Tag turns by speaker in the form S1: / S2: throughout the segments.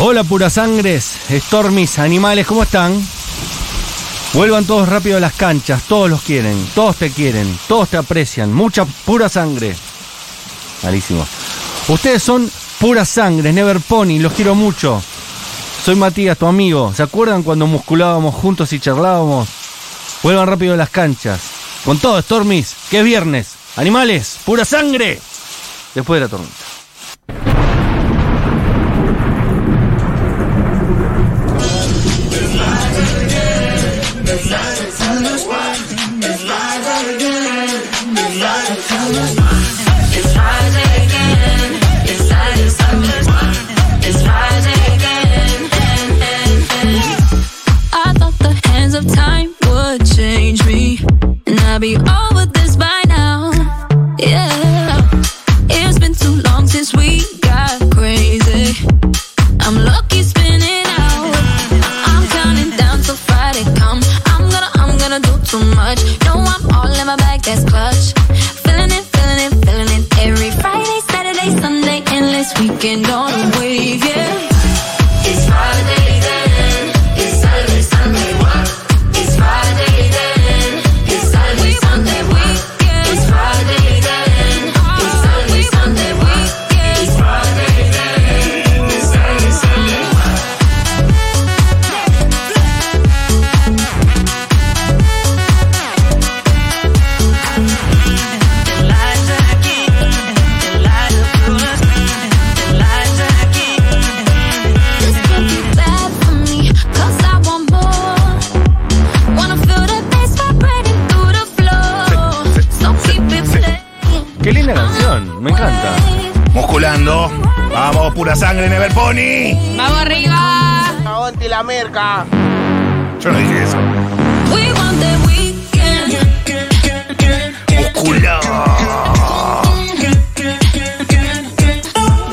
S1: Hola purasangres, Stormis, animales, ¿cómo están? Vuelvan todos rápido a las canchas, todos los quieren, todos te quieren, todos te aprecian, mucha pura sangre. Malísimo. Ustedes son pura sangre, Never Pony, los quiero mucho. Soy Matías, tu amigo. ¿Se acuerdan cuando musculábamos juntos y charlábamos? Vuelvan rápido a las canchas. Con todo, Stormis, que es viernes. Animales, pura sangre. Después de la tormenta.
S2: I thought the hands of time would change me, and I'd be over this by now. Yeah, it's been too long since we got crazy. I'm lucky spinning out. I'm counting down till Friday come. I'm gonna, I'm gonna do too much. No, I'm all in my bag, that's clutch. Feeling it, feeling it, feeling it. Every Friday, Saturday, Sunday, endless weekend on a wave. Yeah. It's Friday then, it's Saturday, Sunday, what? It's Friday then, it's Saturday, Sunday, what? It's Friday then, it's Saturday, Sunday, what? It's Friday then, it's Saturday, Sunday, what? This could be bad for me, 'cause I want more. Wanna feel the bass vibrating through the floor. So keep it playing.
S1: Qué linda canción, me encanta.
S3: Musculando. Vamos, pura sangre, Never Pony.
S4: Vamos arriba.
S5: Aguante la merca.
S3: Yo no dije eso.
S2: We want that weekend.
S3: Musculó.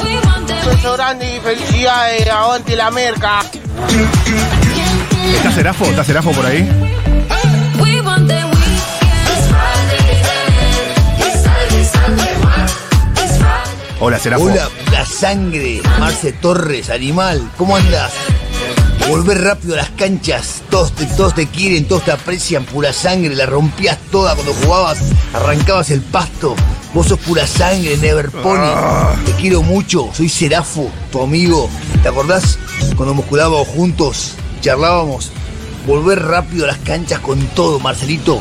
S2: We want that
S5: Soy Sorandi y felicidades. Aguante la merca.
S3: ¿Está Serafo? ¿Está Serafo por ahí?
S2: We want that weekend. It's Friday then, it's Saturday, Sunday, what? It's Friday.
S3: Hola, Serafo.
S6: Hola, la sangre, Marce Torres, animal, ¿cómo andas? Volver rápido a las canchas, todos te, todos te quieren, todos te aprecian, pura sangre, la rompías toda cuando jugabas, arrancabas el pasto, vos sos pura sangre, Never Pony, te quiero mucho, soy Serafo, tu amigo, ¿te acordás cuando musculábamos juntos, charlábamos? Volver rápido a las canchas con todo, Marcelito,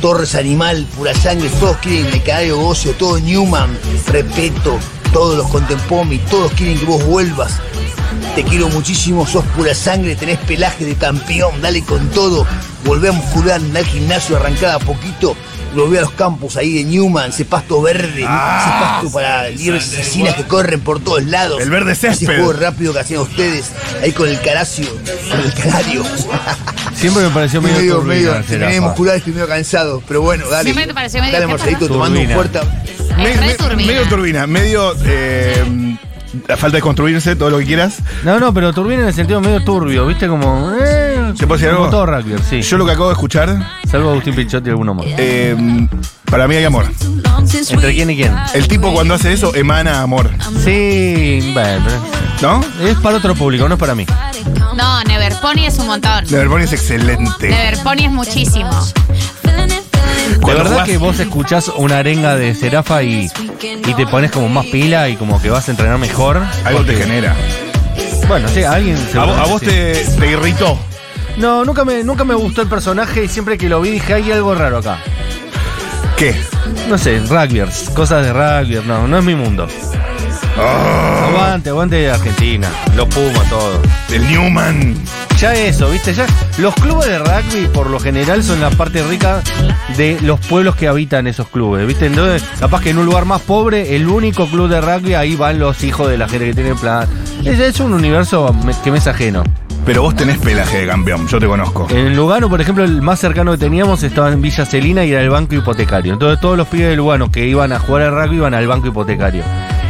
S6: Torres Animal, Pura Sangre, todos quieren Lecario Gocio, todo Newman, Repeto, todos los Contempomi, todos quieren que vos vuelvas. Te quiero muchísimo, sos pura sangre, tenés pelaje de campeón, dale con todo. Volvé a muscular, andá al gimnasio, arrancada a poquito. Volvé a los campos ahí de Newman, ese pasto verde,
S3: Ah,
S6: ese pasto para libres asesinas que corren por todos lados.
S3: El verde césped.
S6: Ese juego rápido que hacían ustedes, ahí con el caracio, con el canario.
S1: Siempre me pareció medio,
S6: Medio,
S1: turbina,
S6: medio,
S1: Serafo.
S6: medio muscular, estoy medio cansado, pero bueno, dale.
S4: Siempre te pareció medio
S6: Dale,
S4: cansado.
S6: Marcelito, tomando un
S1: Turbina.
S6: fuerte.
S4: Es
S3: Me-
S4: Eh, re
S3: me-
S4: turbina.
S3: Medio turbina, medio. eh, la falta de construirse, todo lo que quieras.
S1: No, no, pero turbina en el sentido medio turbio, ¿viste? Como. Eh,
S3: ¿Se puede decir
S1: como
S3: algo?
S1: todo rugby, sí.
S3: Yo lo que acabo de escuchar,
S1: Salvo Agustín Pichotti y alguno más.
S3: eh, para mí hay amor.
S2: Too long since
S1: ¿Entre
S2: we
S1: quién y quién?
S2: got
S3: El tipo
S2: away.
S3: cuando hace eso emana amor,
S1: Sí, bueno,
S3: ¿no?
S1: pero es para otro público, no es para mí.
S2: Friday come,
S4: No, Never Pony es un montón.
S3: Never Pony es excelente.
S4: Never Pony es muchísimo.
S2: feeling it, feeling it.
S1: La
S3: Cuando
S1: verdad
S3: jugás-
S1: que vos escuchás una arenga de Serafa y, y te pones como más pila y como que vas a entrenar mejor.
S3: Algo te
S1: porque-
S3: genera.
S1: Bueno, sí, alguien se
S3: A vos, a vos te, te irritó.
S1: No, nunca me, nunca me gustó el personaje y siempre que lo vi dije, hay algo raro acá.
S3: ¿Qué?
S1: No sé, rugbyers, cosas de rugbyers, no, no es mi mundo. Aguante, aguante Argentina, los Pumas, todo.
S3: El Newman.
S1: Ya eso, ¿viste? Ya los clubes de rugby por lo general son la parte rica de los pueblos que habitan esos clubes, ¿viste? Entonces, capaz que en un lugar más pobre, el único club de rugby, ahí van los hijos de la gente que tiene plan. Es, es un universo me- que me es ajeno.
S3: Pero vos tenés pelaje de campeón, yo te conozco.
S1: En Lugano, por ejemplo, el más cercano que teníamos estaba en Villa Celina y era el banco hipotecario. Entonces todos los pibes de Lugano que iban a jugar al rugby iban al banco hipotecario.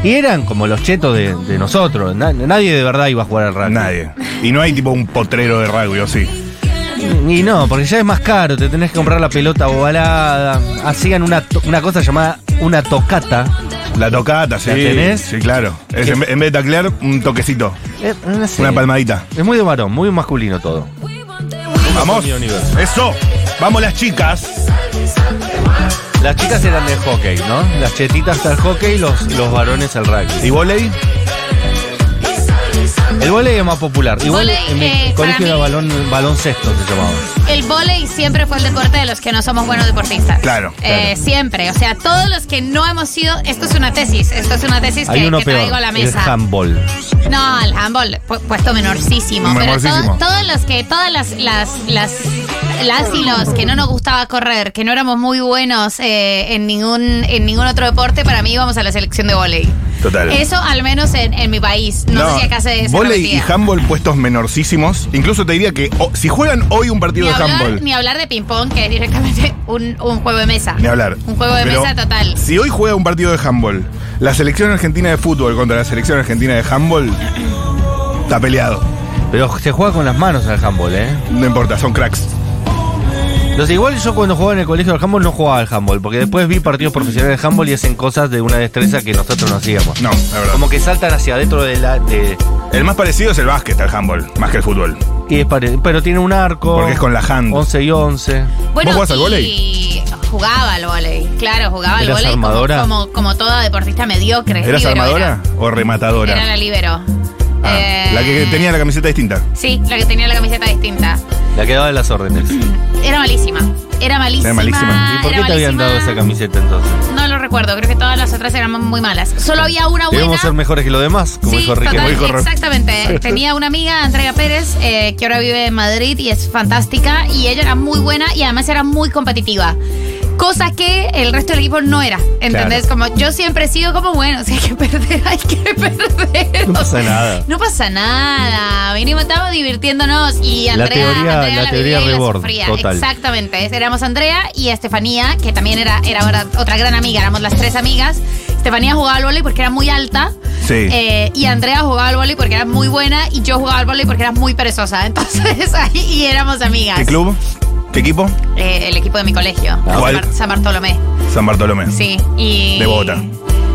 S1: Y eran como los chetos de, de nosotros. Na- nadie de verdad iba a jugar al rugby.
S3: Nadie. Y no hay tipo un potrero de rugby, ¿o sí?
S1: Y no, porque ya es más caro, te tenés que comprar la pelota ovalada. Hacían una, to- una cosa llamada una tocata.
S3: La tocata, sí.
S1: ¿La tenés?
S3: Sí, claro. Es en, en vez de taclear, un toquecito.
S1: Eh, no sé.
S3: Una palmadita.
S1: Es muy de varón, muy masculino todo.
S3: Vamos.
S1: Mi universo.
S3: Eso. Vamos las chicas.
S1: Las chicas eran del hockey, ¿no? Las chetitas al hockey, los, los varones al rugby.
S3: ¿Y volei?
S1: El volei es más popular. Igual
S4: Vóley,
S1: en mi
S4: eh, para
S1: colegio era
S4: mí-
S1: balón, baloncesto se llamaba.
S4: El volei siempre fue el deporte de los que no somos buenos deportistas.
S3: Claro,
S4: Eh, siempre. O sea, todos los que no hemos sido. Esto es una tesis. Esto es una tesis
S1: Hay
S4: que,
S1: uno
S4: que
S1: peor,
S4: traigo a la
S1: el
S4: mesa.
S1: handball.
S4: No, el handball, pu- puesto menorcísimo. Pero
S3: Menorcísimo.
S4: to- todos los que, todas las, las, las, las y los que no nos gustaba correr, que no éramos muy buenos eh, en ningún, en ningún otro deporte, para mí íbamos a la selección de volei.
S3: Total.
S4: Eso al menos en, en mi país. No, sé si acá se, se
S3: Volei y
S4: repetía.
S3: handball puestos menorcísimos. Incluso te diría que oh, si juegan hoy un partido
S4: Ni
S3: de
S4: hablar,
S3: handball.
S4: ni hablar de ping-pong, que es directamente un, un juego de mesa.
S3: Ni hablar.
S4: Un juego de
S3: Pero
S4: mesa total.
S3: Si hoy juega un partido de handball, la selección argentina de fútbol contra la selección argentina de handball, está peleado.
S1: Pero se juega con las manos al handball, ¿eh?
S3: No importa, son cracks.
S1: Los igual yo cuando jugaba en el colegio al handball no jugaba al handball, porque después vi partidos profesionales de handball y hacen cosas de una destreza que nosotros no hacíamos.
S3: No, la verdad.
S1: Como que saltan hacia adentro de la... de-
S3: El más parecido es el básquet al handball, más que el fútbol.
S1: y es pare- pero tiene un arco.
S3: Porque es con la hand.
S1: 11 y 11.
S4: Bueno,
S3: jugás al
S4: y
S3: vóley?
S4: Jugaba al volei, claro, jugaba al
S1: ¿Eras
S4: volei como-
S1: armadora?
S4: Como, como, toda deportista mediocre.
S3: ¿Eras
S4: Libero
S3: armadora o
S4: Era,
S3: rematadora?
S4: Era la libero.
S3: Ah,
S4: Eh,
S3: La que tenía la camiseta distinta.
S4: Sí, la que tenía la camiseta distinta.
S1: La que daba las órdenes.
S4: Era malísima. Era malísima.
S3: Era malísima.
S1: ¿Y por qué
S4: Ah, era
S1: te habían
S4: malísima.
S1: dado esa camiseta entonces?
S4: No lo recuerdo, creo que todas las otras eran muy malas. Solo había una buena.
S1: Debemos ser mejores que los demás, como
S4: sí,
S1: dijo Ricky.
S4: total,
S1: Como dijo Ro-
S4: exactamente. Tenía una amiga, Andrea Pérez, eh, que ahora vive en Madrid y es fantástica. Y ella era muy buena y además era muy competitiva. Cosa que el resto del equipo no era. ¿Entendés? Como yo siempre he sido como, bueno, si hay que perder, hay que perder.
S1: No
S4: O sea,
S1: pasa nada.
S4: No pasa nada, venimos, estamos divirtiéndonos y
S1: La
S4: Andrea,
S1: teoría-
S4: Andrea
S1: la teoría
S4: vivía y
S1: rebord,
S4: sufría.
S1: total.
S4: Exactamente, éramos Andrea y Estefanía, que también era, era otra- otra gran amiga, éramos las tres amigas. Estefanía jugaba al vóley porque era muy alta
S3: Sí.
S4: eh, y Andrea jugaba al vóley porque era muy buena y yo jugaba al vóley porque era muy perezosa, entonces ahí y éramos amigas.
S3: ¿Qué club? ¿Qué equipo?
S4: Eh, el equipo de mi colegio, San
S3: ¿Cuál?
S4: Bar- San Bartolomé.
S3: San Bartolomé.
S4: Sí, y...
S3: De Bogotá.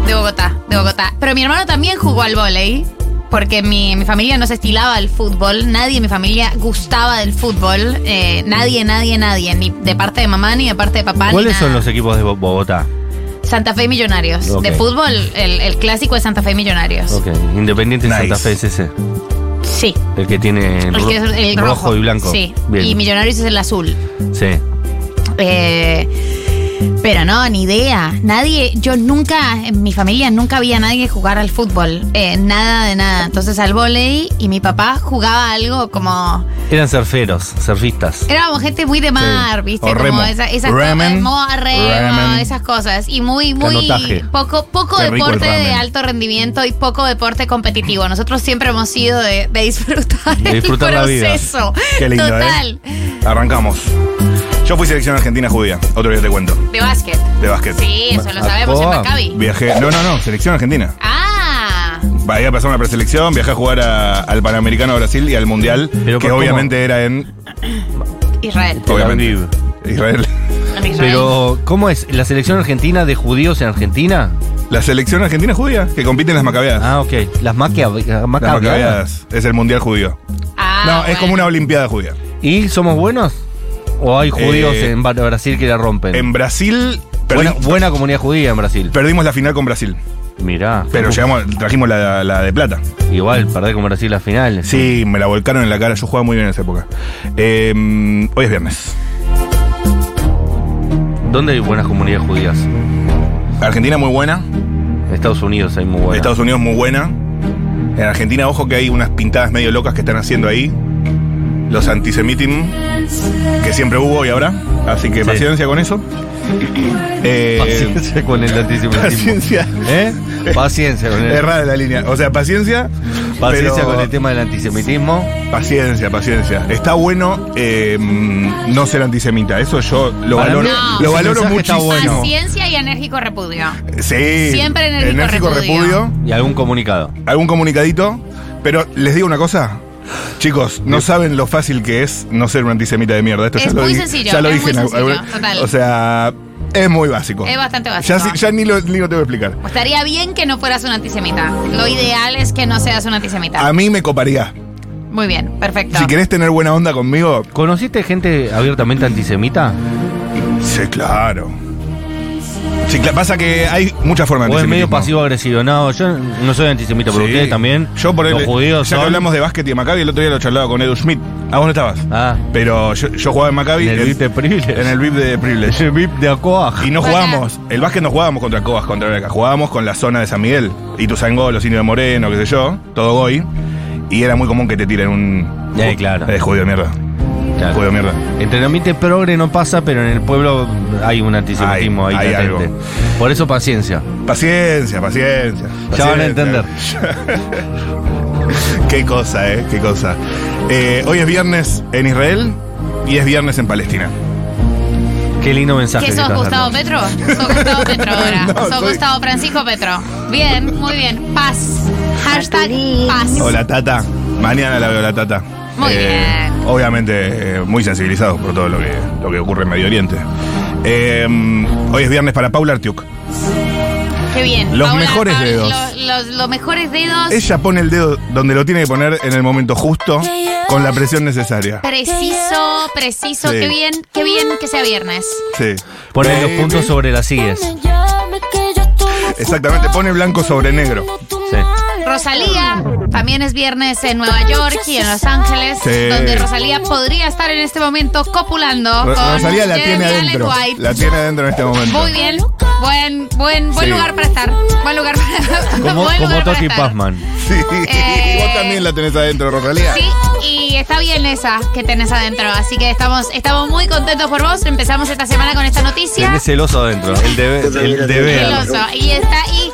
S4: De Bogotá, de Bogotá. Pero mi hermano también jugó al vóley, porque mi, mi familia no se estilaba al fútbol, nadie en mi familia gustaba del fútbol, eh, nadie, nadie, nadie, ni de parte de mamá, ni de parte de papá. ni
S1: ¿Cuáles
S4: nada.
S1: son los equipos de Bo- Bogotá?
S4: Santa Fe y Millonarios.
S1: Ok.
S4: De fútbol, el, el clásico es Santa Fe y Millonarios.
S1: Ok, Independiente
S3: Nice.
S1: Santa Fe es ese.
S4: Sí.
S1: El que tiene
S4: El,
S1: ro-
S4: que es el
S1: rojo,
S4: rojo,
S1: y blanco.
S4: Sí.
S1: Bien.
S4: Y Millonarios es el azul.
S1: Sí.
S4: Eh, pero no, ni idea. Nadie, yo nunca, en mi familia nunca había nadie jugar al fútbol. Eh, nada de nada. Entonces al volei y mi papá jugaba algo como.
S1: Eran surferos, surfistas.
S4: Éramos gente muy de mar, ¿viste?
S3: O
S4: como
S3: remo.
S4: esa- esas cosas.
S3: Ramen.
S4: Moa, remo,
S3: Ramen.
S4: esas cosas. Y muy, muy.
S1: Canotaje.
S4: Poco, poco
S3: Qué rico el
S4: deporte de
S3: ramen.
S4: alto rendimiento y poco deporte competitivo. Nosotros siempre hemos sido de, de disfrutar,
S1: De disfrutar
S4: el
S1: la vida.
S4: proceso.
S3: Qué lindo,
S4: Total.
S3: ¿eh? Arrancamos. Yo fui selección argentina judía. Otro día te cuento.
S4: De básquet.
S3: De básquet.
S4: Sí, eso lo sabemos en
S1: Acoa.
S4: Maccabi.
S3: Viajé. No, no, no. Selección argentina.
S4: Ah,
S3: Vaya a pasar una preselección. Viajé a jugar a- al Panamericano a Brasil y al Mundial.
S1: Pero,
S3: que
S1: ¿cómo?
S3: obviamente era en.
S4: Israel.
S1: Tel
S3: Obviamente.
S1: Aviv.
S3: Israel.
S4: En Israel.
S1: Pero, ¿cómo es? ¿La selección argentina de judíos en Argentina?
S3: La selección argentina judía que compite en las Macabeadas.
S1: Ah, ok. Las maquiavelas.
S3: las Macabeadas es el Mundial judío.
S4: Ah,
S3: no, es
S4: bueno.
S3: como una Olimpiada judía.
S1: ¿Y somos buenos? ¿O hay judíos
S3: Eh,
S1: en Ba- Brasil que la rompen?
S3: En Brasil. perdi-
S1: buena, buena comunidad judía en Brasil.
S3: Perdimos la final con Brasil,
S1: Mirá.
S3: pero
S1: Uh,
S3: llegamos, trajimos la, la de plata.
S1: Igual, perder con Brasil las finales.
S3: Sí, me la volcaron en la cara. Yo jugaba muy bien en esa época. Eh, hoy es viernes.
S1: ¿Dónde hay buenas comunidades judías?
S3: Argentina muy buena.
S1: En Estados Unidos hay muy buenas.
S3: Estados Unidos muy buena. En Argentina, ojo que hay unas pintadas medio locas que están haciendo ahí. Los antisemitism que siempre hubo y habrá. Así que
S1: Sí.
S3: paciencia con eso. Eh,
S1: Paciencia con el antisemitismo.
S3: paciencia.
S1: ¿Eh? Paciencia con
S3: Es
S1: el,
S3: rara la línea. O sea, paciencia.
S1: paciencia
S3: pero-
S1: con el tema del antisemitismo.
S3: Paciencia, paciencia. Está bueno eh, no ser antisemita. Eso yo lo
S1: Para
S3: valoro,
S1: mí,
S4: No.
S3: lo
S1: ese mensaje
S3: valoro
S1: está
S3: muchísimo.
S1: bueno.
S4: Paciencia y enérgico repudio.
S3: Sí.
S4: Siempre enérgico repudio.
S1: Y algún comunicado.
S3: Algún comunicadito. Pero les digo una cosa. Chicos, no saben lo fácil que es no ser un antisemita de mierda. Esto
S4: Es
S3: ya lo
S4: muy
S3: dije-
S4: sencillo,
S3: Ya lo
S4: es
S3: dije
S4: muy
S3: en
S4: sencillo,
S3: alguna-
S4: total.
S3: O sea, Es muy básico.
S4: Es bastante
S3: Ya,
S4: básico.
S3: si- ya ni, lo, ni lo tengo que explicar.
S4: Estaría bien que no fueras un antisemita. Lo ideal es que no seas un antisemita.
S3: A mí me coparía.
S4: Muy bien, perfecto.
S3: Ah, Si querés tener buena onda conmigo,
S1: ¿Conociste gente abiertamente antisemita?
S3: sí, claro. Sí, cla- pasa que hay muchas formas de
S1: ¿O es medio
S3: antisemitismo.
S1: pasivo-agresivo? No, yo no soy antisemita, pero
S3: Sí.
S1: ustedes también.
S3: Yo por
S1: Los
S3: el-
S1: judíos
S3: Ya
S1: son.
S3: que hablamos de básquet y de Maccabi, el otro día lo charlaba con Edu Schmidt. ¿A vos no estabas?
S1: Ah,
S3: Pero yo, yo jugaba en Maccabi.
S1: en el VIP de Privilege.
S3: en el VIP de Privilege.
S1: el VIP de Acoaj.
S3: Y no
S4: Hola.
S3: jugábamos, el básquet no jugábamos contra Cobas, contra Beca, jugábamos con la zona de San Miguel, y Ituzaingó, Los Indios de Moreno, qué sé yo, todo Goy, y era muy común que te tiren un...
S1: Eh, claro.
S3: Eh, judío de mierda, judío de mierda.
S1: Entre el ambiente progre no pasa, pero en el pueblo hay un antisemitismo
S3: Hay-
S1: ahí
S3: hay
S1: latente.
S3: algo.
S1: Por eso paciencia.
S3: Paciencia, paciencia.
S1: Ya van a
S3: paciencia.
S1: entender.
S3: qué cosa, eh, qué cosa. Eh, hoy es viernes en Israel y es viernes en Palestina.
S1: Qué lindo mensaje.
S4: ¿Qué
S1: que
S4: sos,
S1: estás
S4: Gustavo
S1: dando.
S4: Petro? Sos Gustavo Petro ahora.
S3: No,
S4: sos
S3: soy-
S4: Gustavo Francisco Petro. Bien, muy bien. Paz. Hashtag paz.
S3: Hola, Tata. Mañana la veo la Tata.
S4: Muy bien.
S3: Obviamente, eh, muy sensibilizados por todo lo que, lo que ocurre en Medio Oriente. Eh, hoy es viernes para Paula Artiuk.
S4: Qué bien.
S3: Los mejores dedos.
S4: Los, los- los mejores dedos.
S3: Ella pone el dedo donde lo tiene que poner en el momento justo, con la presión necesaria.
S4: Preciso, preciso.
S3: Sí.
S4: Qué bien, qué bien que sea viernes.
S3: Sí.
S1: Ponen los
S3: Eh,
S1: puntos sobre las sillas.
S3: Exactamente, pone blanco sobre negro.
S1: Sí.
S4: Rosalía también es viernes en Nueva York y en Los Ángeles,
S3: Sí.
S4: donde Rosalía podría estar en este momento copulando
S3: Ro-
S4: con
S3: Rosalía la
S4: Jeremy
S3: tiene
S4: Allen
S3: adentro.
S4: White.
S3: La tiene adentro en este momento.
S4: Muy bien, buen, buen, buen
S3: Sí.
S4: lugar para estar. Buen lugar para,
S1: Como,
S4: buen
S1: como
S4: lugar para
S1: Toki
S4: estar.
S1: Pazman.
S3: Sí.
S4: Eh.
S3: Vos también la tenés adentro, Rosalía.
S4: Sí, y está bien esa que tenés adentro. Así que estamos, estamos muy contentos por vos. Empezamos esta semana con esta noticia.
S1: Tenés el oso adentro. El deber. El deber.
S4: Celoso. Y está ahí.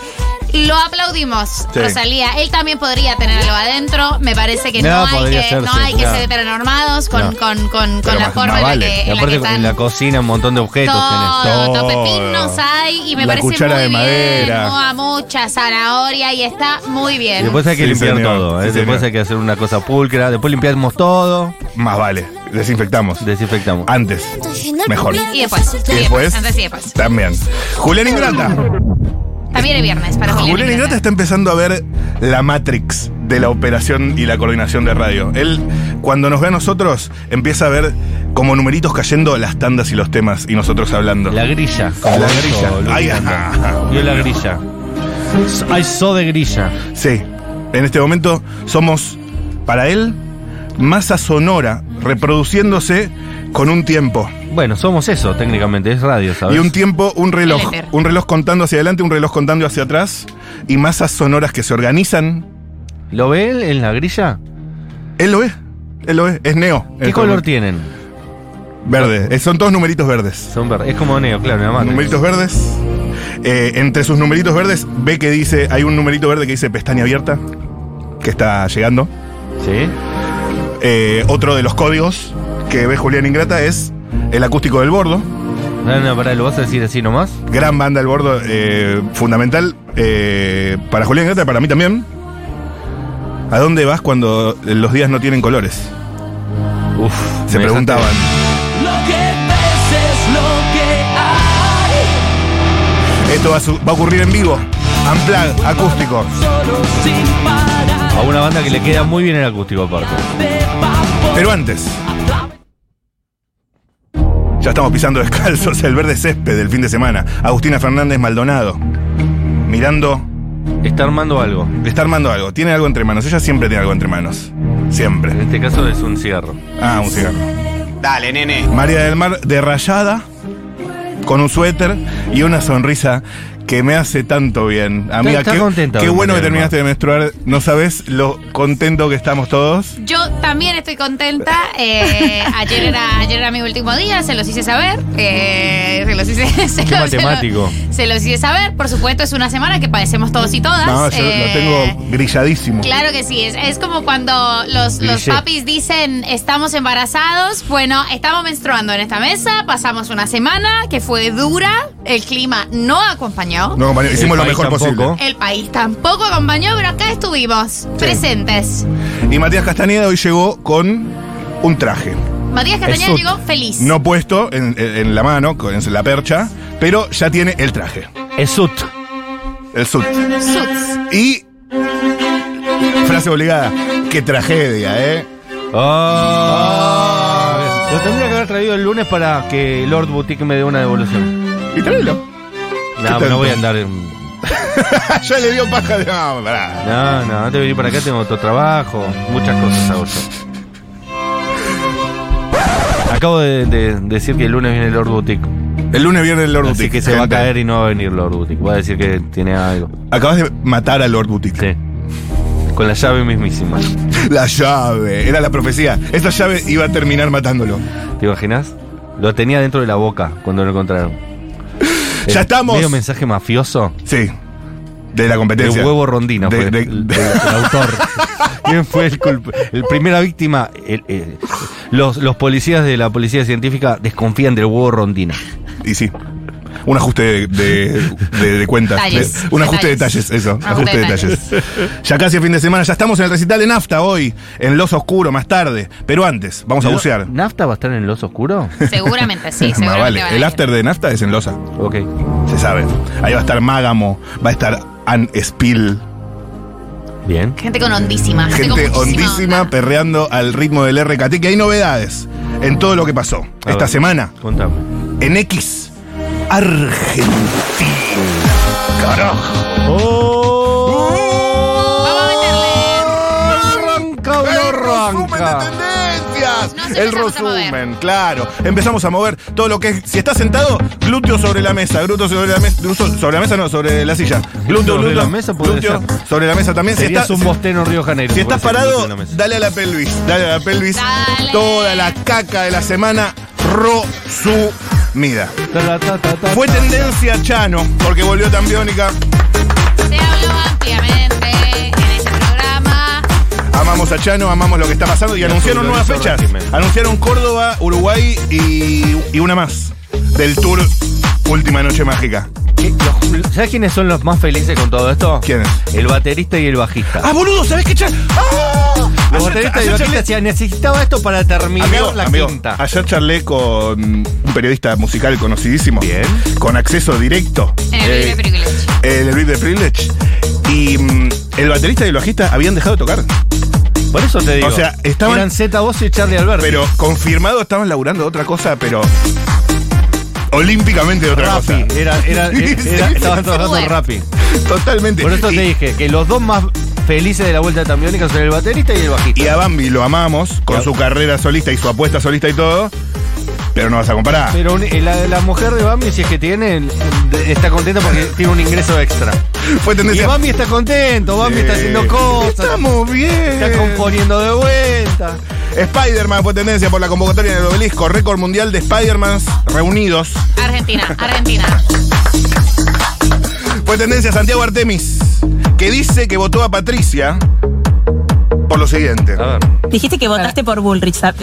S4: Y lo aplaudimos,
S3: Sí.
S4: Rosalía. Él también podría tenerlo adentro. Me parece que
S1: No,
S4: no, hay,
S1: podría
S4: que,
S1: ser,
S4: no
S1: sí,
S4: hay que
S1: claro.
S4: ser heteronormados con,
S1: No.
S4: con, con,
S3: Pero
S4: con la
S3: más-
S4: forma
S3: más
S4: en la
S3: vale.
S4: que, en
S1: Y
S4: la que
S1: aparte
S4: están.
S1: en la cocina un montón de objetos tenés.
S4: Todo,
S3: Todo.
S4: topepinos hay y me
S3: La
S4: parece
S3: cuchara
S4: muy
S3: de madera.
S4: bien. Moa mucha zanahoria y está muy
S1: Y
S4: bien.
S1: después hay que
S3: Sí,
S1: limpiar
S3: señor.
S1: todo. ¿eh?
S3: Sí,
S1: Después
S3: señor.
S1: hay que hacer una cosa pulcra. Después limpiamos todo.
S3: Más vale. Desinfectamos.
S1: Desinfectamos.
S3: Antes. Mejor.
S4: y después,
S3: Y después.
S4: antes y después.
S3: También. Julián Ingrata.
S4: También es viernes para Julián
S3: Ah, Julián Ingrata está empezando a ver la Matrix de la operación y la coordinación de radio. Él, cuando nos ve a nosotros, empieza a ver como numeritos cayendo las tandas y los temas y nosotros hablando.
S1: La grilla.
S3: La
S1: Eso,
S3: grilla. Ah.
S1: Luis
S3: Ay,
S1: Miranda.
S3: ajá.
S1: Vio la grilla. Hay so de grilla.
S3: Sí. En este momento somos, para él, masa sonora reproduciéndose con un tiempo.
S1: Bueno, somos eso técnicamente, es radio, ¿sabes?
S3: Y un tiempo, un reloj.
S4: éter.
S3: Un reloj contando hacia adelante, un reloj contando hacia atrás. Y masas sonoras que se organizan.
S1: ¿Lo ve él en la grilla?
S3: Él lo es. Él lo es. Es neo.
S1: ¿Qué
S3: El
S1: color tienen?
S3: Verde. Eh, Son todos numeritos verdes.
S1: Son verdes. Es como neo, claro, nada más.
S3: Numeritos verdes. Eh, entre sus numeritos verdes, ve que dice, hay un numerito verde que dice pestaña abierta, que está llegando.
S1: ¿Sí?
S3: Eh, otro de los códigos que ve Julián Ingrata es el acústico del bordo.
S1: No, no, pará, ¿lo vas a decir así nomás?
S3: Gran banda del bordo, eh, fundamental eh, para Julián Ingrata, para mí también. ¿A dónde vas cuando los días no tienen colores?
S1: Uf.
S3: Se
S1: me
S3: preguntaban. Esto va a, su- va a ocurrir en vivo. Unplugged, acústico.
S1: dejaste A una banda que le queda muy bien el acústico aparte.
S3: Pero antes. Ya estamos pisando descalzos el verde césped del fin de semana. Agustina Fernández Maldonado. Mirando,
S1: Está armando algo.
S3: está armando algo. Tiene algo entre manos. Ella siempre tiene algo entre manos. Siempre.
S1: En este caso es un cigarro.
S3: Ah, un cigarro. Dale, nene. María del Mar derrayada, con un suéter y una sonrisa que me hace tanto bien. Amiga,
S1: está
S3: qué,
S1: contenta
S3: qué
S1: hoy,
S3: bueno
S1: María
S3: que
S1: del Mar.
S3: terminaste de menstruar. No sabes lo contento que estamos todos.
S4: Yo también estoy contenta. eh, ayer, era, ayer era mi último día, se los hice saber. eh, se los hice se los- se los-
S1: matemático.
S4: Se los hice saber. Por supuesto, es una semana que padecemos todos y todas.
S3: No, yo
S4: eh,
S3: lo tengo grilladísimo.
S4: Claro que sí, es, es como cuando los, los
S1: Cliché.
S4: papis dicen estamos embarazados. Bueno, estamos menstruando en esta mesa, pasamos una semana que fue dura, el clima no acompañó.
S3: No, compañero, hicimos
S1: El
S3: lo
S1: país
S3: mejor
S1: tampoco.
S3: posible.
S4: El país tampoco acompañó, pero acá estuvimos, presentes.
S3: Y Matías Castañeda hoy llegó con un traje.
S4: Matías Castañeda
S1: Eso-
S4: llegó feliz.
S3: No puesto en, en- en la mano, con- en la percha, Pero ya tiene el traje,
S1: Esut.
S3: el suit.
S4: Suits.
S3: Y. Frase obligada. Qué tragedia, ¿eh?
S1: Ah. Lo tendría que haber traído el lunes para que Lord Boutique me dé una devolución.
S3: Y tráelo.
S1: No,
S3: tanto?
S1: no voy a andar. en-
S3: ya le dio paja de. No, pará.
S1: No, no, antes de venir para acá tengo otro trabajo. Muchas cosas hago yo. Acabo de, de decir que el lunes viene Lord Boutique.
S3: El lunes viene el Lord
S1: así
S3: Boutique.
S1: que se va a
S3: gente.
S1: caer y no va a venir Lord Boutique. Va a decir que tiene algo.
S3: Acabas de matar a Lord Boutique.
S1: Sí. Con la llave mismísima.
S3: La llave. Era la profecía. Esa llave iba a terminar matándolo.
S1: ¿Te imaginas? Lo tenía dentro de la boca cuando lo encontraron.
S3: ¡Ya
S1: Eh,
S3: estamos!
S1: Medio mensaje mafioso.
S3: Sí. De la
S1: De
S3: competencia.
S1: huevo rondino
S3: De-
S1: fue
S3: de-
S1: el,
S3: de-
S1: el- el autor. ¿Quién fue el culpable? El primera víctima. el- el- los, los policías de la policía científica desconfían del huevo rondino.
S3: Y sí. Un ajuste de, de, de- de cuentas.
S4: Detalles.
S3: De- un ajuste
S4: Detalles.
S3: de detalles, eso.
S4: Un
S3: ajuste de
S4: ajuste de
S3: detalles. Ya casi el fin de semana. Ya estamos en el recital de Nafta hoy. En Los Oscuro, más tarde. Pero antes, vamos a bucear.
S1: ¿Nafta va a estar en el oso oscuro?
S4: Seguramente sí,
S3: Más
S4: seguramente
S3: vale.
S4: van a
S3: El
S4: ir.
S3: after de Nafta es en Losa.
S1: Ok.
S3: Se sabe. Ahí va a estar Mágamo. Va a estar Ann Spill.
S1: Bien.
S4: Gente con ondísima. Gente, con
S3: Gente
S4: muchísima
S3: hondísima
S4: onda.
S3: perreando al ritmo del RKT, que hay novedades en todo lo que pasó
S1: A
S3: esta
S1: ver.
S3: semana
S1: Contame.
S3: en X Argentina. Carajo.
S4: Vamos a meterle.
S1: Arranca o no
S3: El resumen de
S1: arranca.
S3: tendencias.
S4: Nos
S3: El
S4: empezamos a mover.
S3: resumen, claro. Empezamos a mover todo lo que es. Si estás sentado, glúteo sobre la mesa. Glúteo sobre la mesa. Sobre la mesa, no, sobre la silla. Glúteo,
S1: Sobre
S3: glúteo,
S1: la mesa puede
S3: glúteo
S1: ser.
S3: sobre la mesa también. Si
S1: Serías
S3: estás,
S1: un bosteno en Río de Janeiro.
S3: Si estás
S1: Puede ser que
S3: parado,
S1: no te lo
S3: dale a la pelvis, dale a la pelvis
S4: Dale.
S3: toda la caca de la semana resumida.
S1: Ta, ta, ta, ta.
S3: Fue tendencia Chano, porque volvió tan biónica.
S4: Se habló ampliamente en este programa.
S3: Amamos a Chano, amamos lo que está pasando y anunciaron nuevas fechas.
S1: régimen.
S3: Anunciaron Córdoba, Uruguay y, y una más del tour Última Noche Mágica.
S1: ¿Qué- los- ¿Sabes quiénes son los más felices con todo esto?
S3: ¿Quiénes?
S1: El baterista y el bajista.
S3: ¡Ah, boludo! ¿Sabés qué Chano? ¡Ah!
S1: Los
S3: Ayer-
S1: bateristas y
S3: ayer
S1: los
S3: charlé-
S1: bajistas decían, necesitaba esto para terminar
S3: Amigo,
S1: la
S3: amigo,
S1: quinta.
S3: ayer charlé con un periodista musical conocidísimo.
S1: Bien.
S3: Con acceso directo.
S4: En el
S3: Eh,
S4: video de Privilege.
S3: el Elite de Privilege. Y mm, el baterista y el bajista habían dejado de tocar.
S1: Por eso te digo.
S3: O sea, estaban-
S1: Eran Z Boss y Charlie Alberti.
S3: Pero confirmado estaban laburando otra cosa, pero. Olímpicamente de otra
S1: Rappi.
S3: cosa.
S1: Era, era,
S3: Sí,
S1: era- era- estaban
S3: sí, sí.
S1: trabajando en
S4: Bueno.
S1: Rappi.
S3: Totalmente.
S1: Por eso
S3: y,
S1: te dije que los dos más felices de la vuelta de Tambiónica son el baterista y el bajista.
S3: y a Bambi lo amamos con
S1: Y a-
S3: su carrera solista y su apuesta solista y todo. Pero no vas a comparar.
S1: Pero un- la, la mujer de Bambi, si es que tiene, de- está contenta porque tiene un ingreso extra.
S3: Fue
S1: Y
S3: tendencia.
S1: Bambi está contento, Bambi está haciendo
S3: Eh,
S1: cosas,
S3: Estamos bien.
S1: está componiendo de vuelta.
S3: Spider-Man fue tendencia por la convocatoria en el obelisco. Récord mundial de Spider-Mans reunidos.
S4: Argentina, Argentina.
S3: Fue tendencia Santiago Artemis, que dice que votó a Patricia por lo siguiente.
S1: A ver.
S7: Dijiste que votaste por Bullrich. ¿sab-